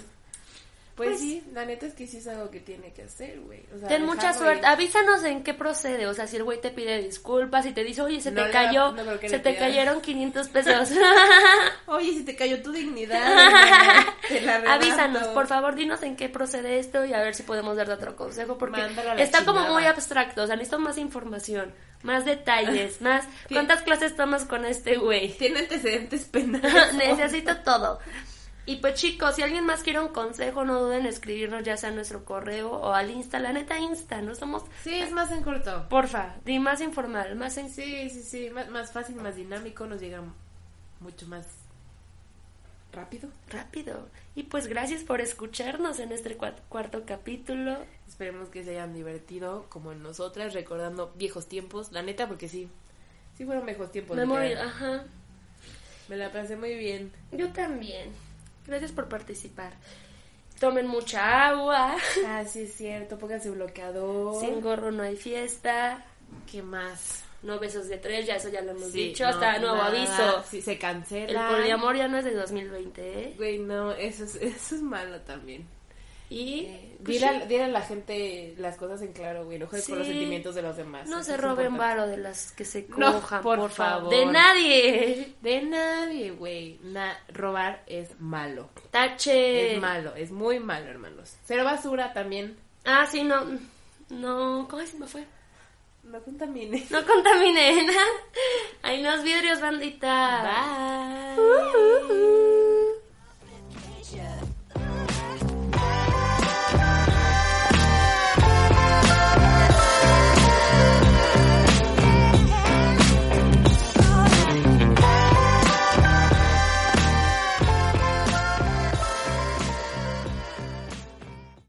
[SPEAKER 3] Pues,
[SPEAKER 2] Pues-
[SPEAKER 3] sí, la neta es que sí es algo que tiene que hacer, güey. O sea,
[SPEAKER 2] Ten mucha
[SPEAKER 3] dejarlo ir.
[SPEAKER 2] suerte. Avísanos en qué procede. O sea, si el güey te pide disculpas y te dice, oye, se
[SPEAKER 3] No
[SPEAKER 2] te
[SPEAKER 3] le-
[SPEAKER 2] cayó,
[SPEAKER 3] no creo que
[SPEAKER 2] se
[SPEAKER 3] le
[SPEAKER 2] te
[SPEAKER 3] pida.
[SPEAKER 2] cayeron
[SPEAKER 3] [laughs]
[SPEAKER 2] 500 pesos.
[SPEAKER 3] Oye, si te cayó tu dignidad, hermana, te la arrebato.
[SPEAKER 2] Avísanos, por favor, dinos en qué procede esto y a ver si podemos darte otro consejo. Porque
[SPEAKER 3] Mándalo a la
[SPEAKER 2] está como
[SPEAKER 3] chingada.
[SPEAKER 2] muy abstracto. O sea, necesito más información,
[SPEAKER 3] [laughs]
[SPEAKER 2] más detalles, más. ¿Cuántas clases tomas con este güey?
[SPEAKER 3] Tiene antecedentes penales.
[SPEAKER 2] [laughs] Necesito todo. Y pues chicos, si alguien más quiere un consejo, no duden en escribirnos ya sea a nuestro correo o al Insta. La neta Insta, no somos...
[SPEAKER 3] Sí, es más en corto.
[SPEAKER 2] Porfa, di más informal, más sencillo.
[SPEAKER 3] Sí, sí, sí. Más, más fácil, más dinámico. Nos llega mucho más rápido.
[SPEAKER 2] Rápido. Y pues gracias por escucharnos en este cua- cuarto capítulo.
[SPEAKER 3] Esperemos que se hayan divertido como nosotras, recordando viejos tiempos. La neta, porque sí. Sí fueron viejos tiempos.
[SPEAKER 2] Me, ah. morí-
[SPEAKER 3] literal.
[SPEAKER 2] ajá.
[SPEAKER 3] Me la pasé muy bien.
[SPEAKER 2] Yo también. Gracias por participar. Tomen mucha agua.
[SPEAKER 3] Ah, sí es cierto. Pónganse bloqueador.
[SPEAKER 2] Sin gorro no hay fiesta.
[SPEAKER 3] ¿Qué más?
[SPEAKER 2] No besos de tres, ya eso ya lo hemos
[SPEAKER 3] Sí,
[SPEAKER 2] dicho.
[SPEAKER 3] no,
[SPEAKER 2] Hasta nuevo
[SPEAKER 3] nada.
[SPEAKER 2] aviso.
[SPEAKER 3] Sí, se
[SPEAKER 2] El
[SPEAKER 3] cancela.
[SPEAKER 2] poliamor ya no es de 2020, ¿eh?
[SPEAKER 3] Güey, no, eso es, eso es malo también.
[SPEAKER 2] Y
[SPEAKER 3] Eh, dile,
[SPEAKER 2] pues, sí,
[SPEAKER 3] a, dile a la gente las cosas en claro, güey. No juegues con los
[SPEAKER 2] Sí.
[SPEAKER 3] sentimientos de los demás.
[SPEAKER 2] no
[SPEAKER 3] Eso
[SPEAKER 2] se
[SPEAKER 3] es
[SPEAKER 2] roben
[SPEAKER 3] importante.
[SPEAKER 2] varo de las que se
[SPEAKER 3] No,
[SPEAKER 2] cojan,
[SPEAKER 3] por
[SPEAKER 2] por, favor.
[SPEAKER 3] favor.
[SPEAKER 2] De nadie.
[SPEAKER 3] De nadie, güey. Na- robar es malo.
[SPEAKER 2] Tache.
[SPEAKER 3] Es malo, es muy malo, hermanos. Cero basura también.
[SPEAKER 2] Ah, sí, no. No, ¿cómo se me fue?
[SPEAKER 3] No contamines.
[SPEAKER 2] No [laughs] contaminen. Hay unos
[SPEAKER 3] Uh.
[SPEAKER 2] vidrios, bandita. Bye.
[SPEAKER 4] pleasure.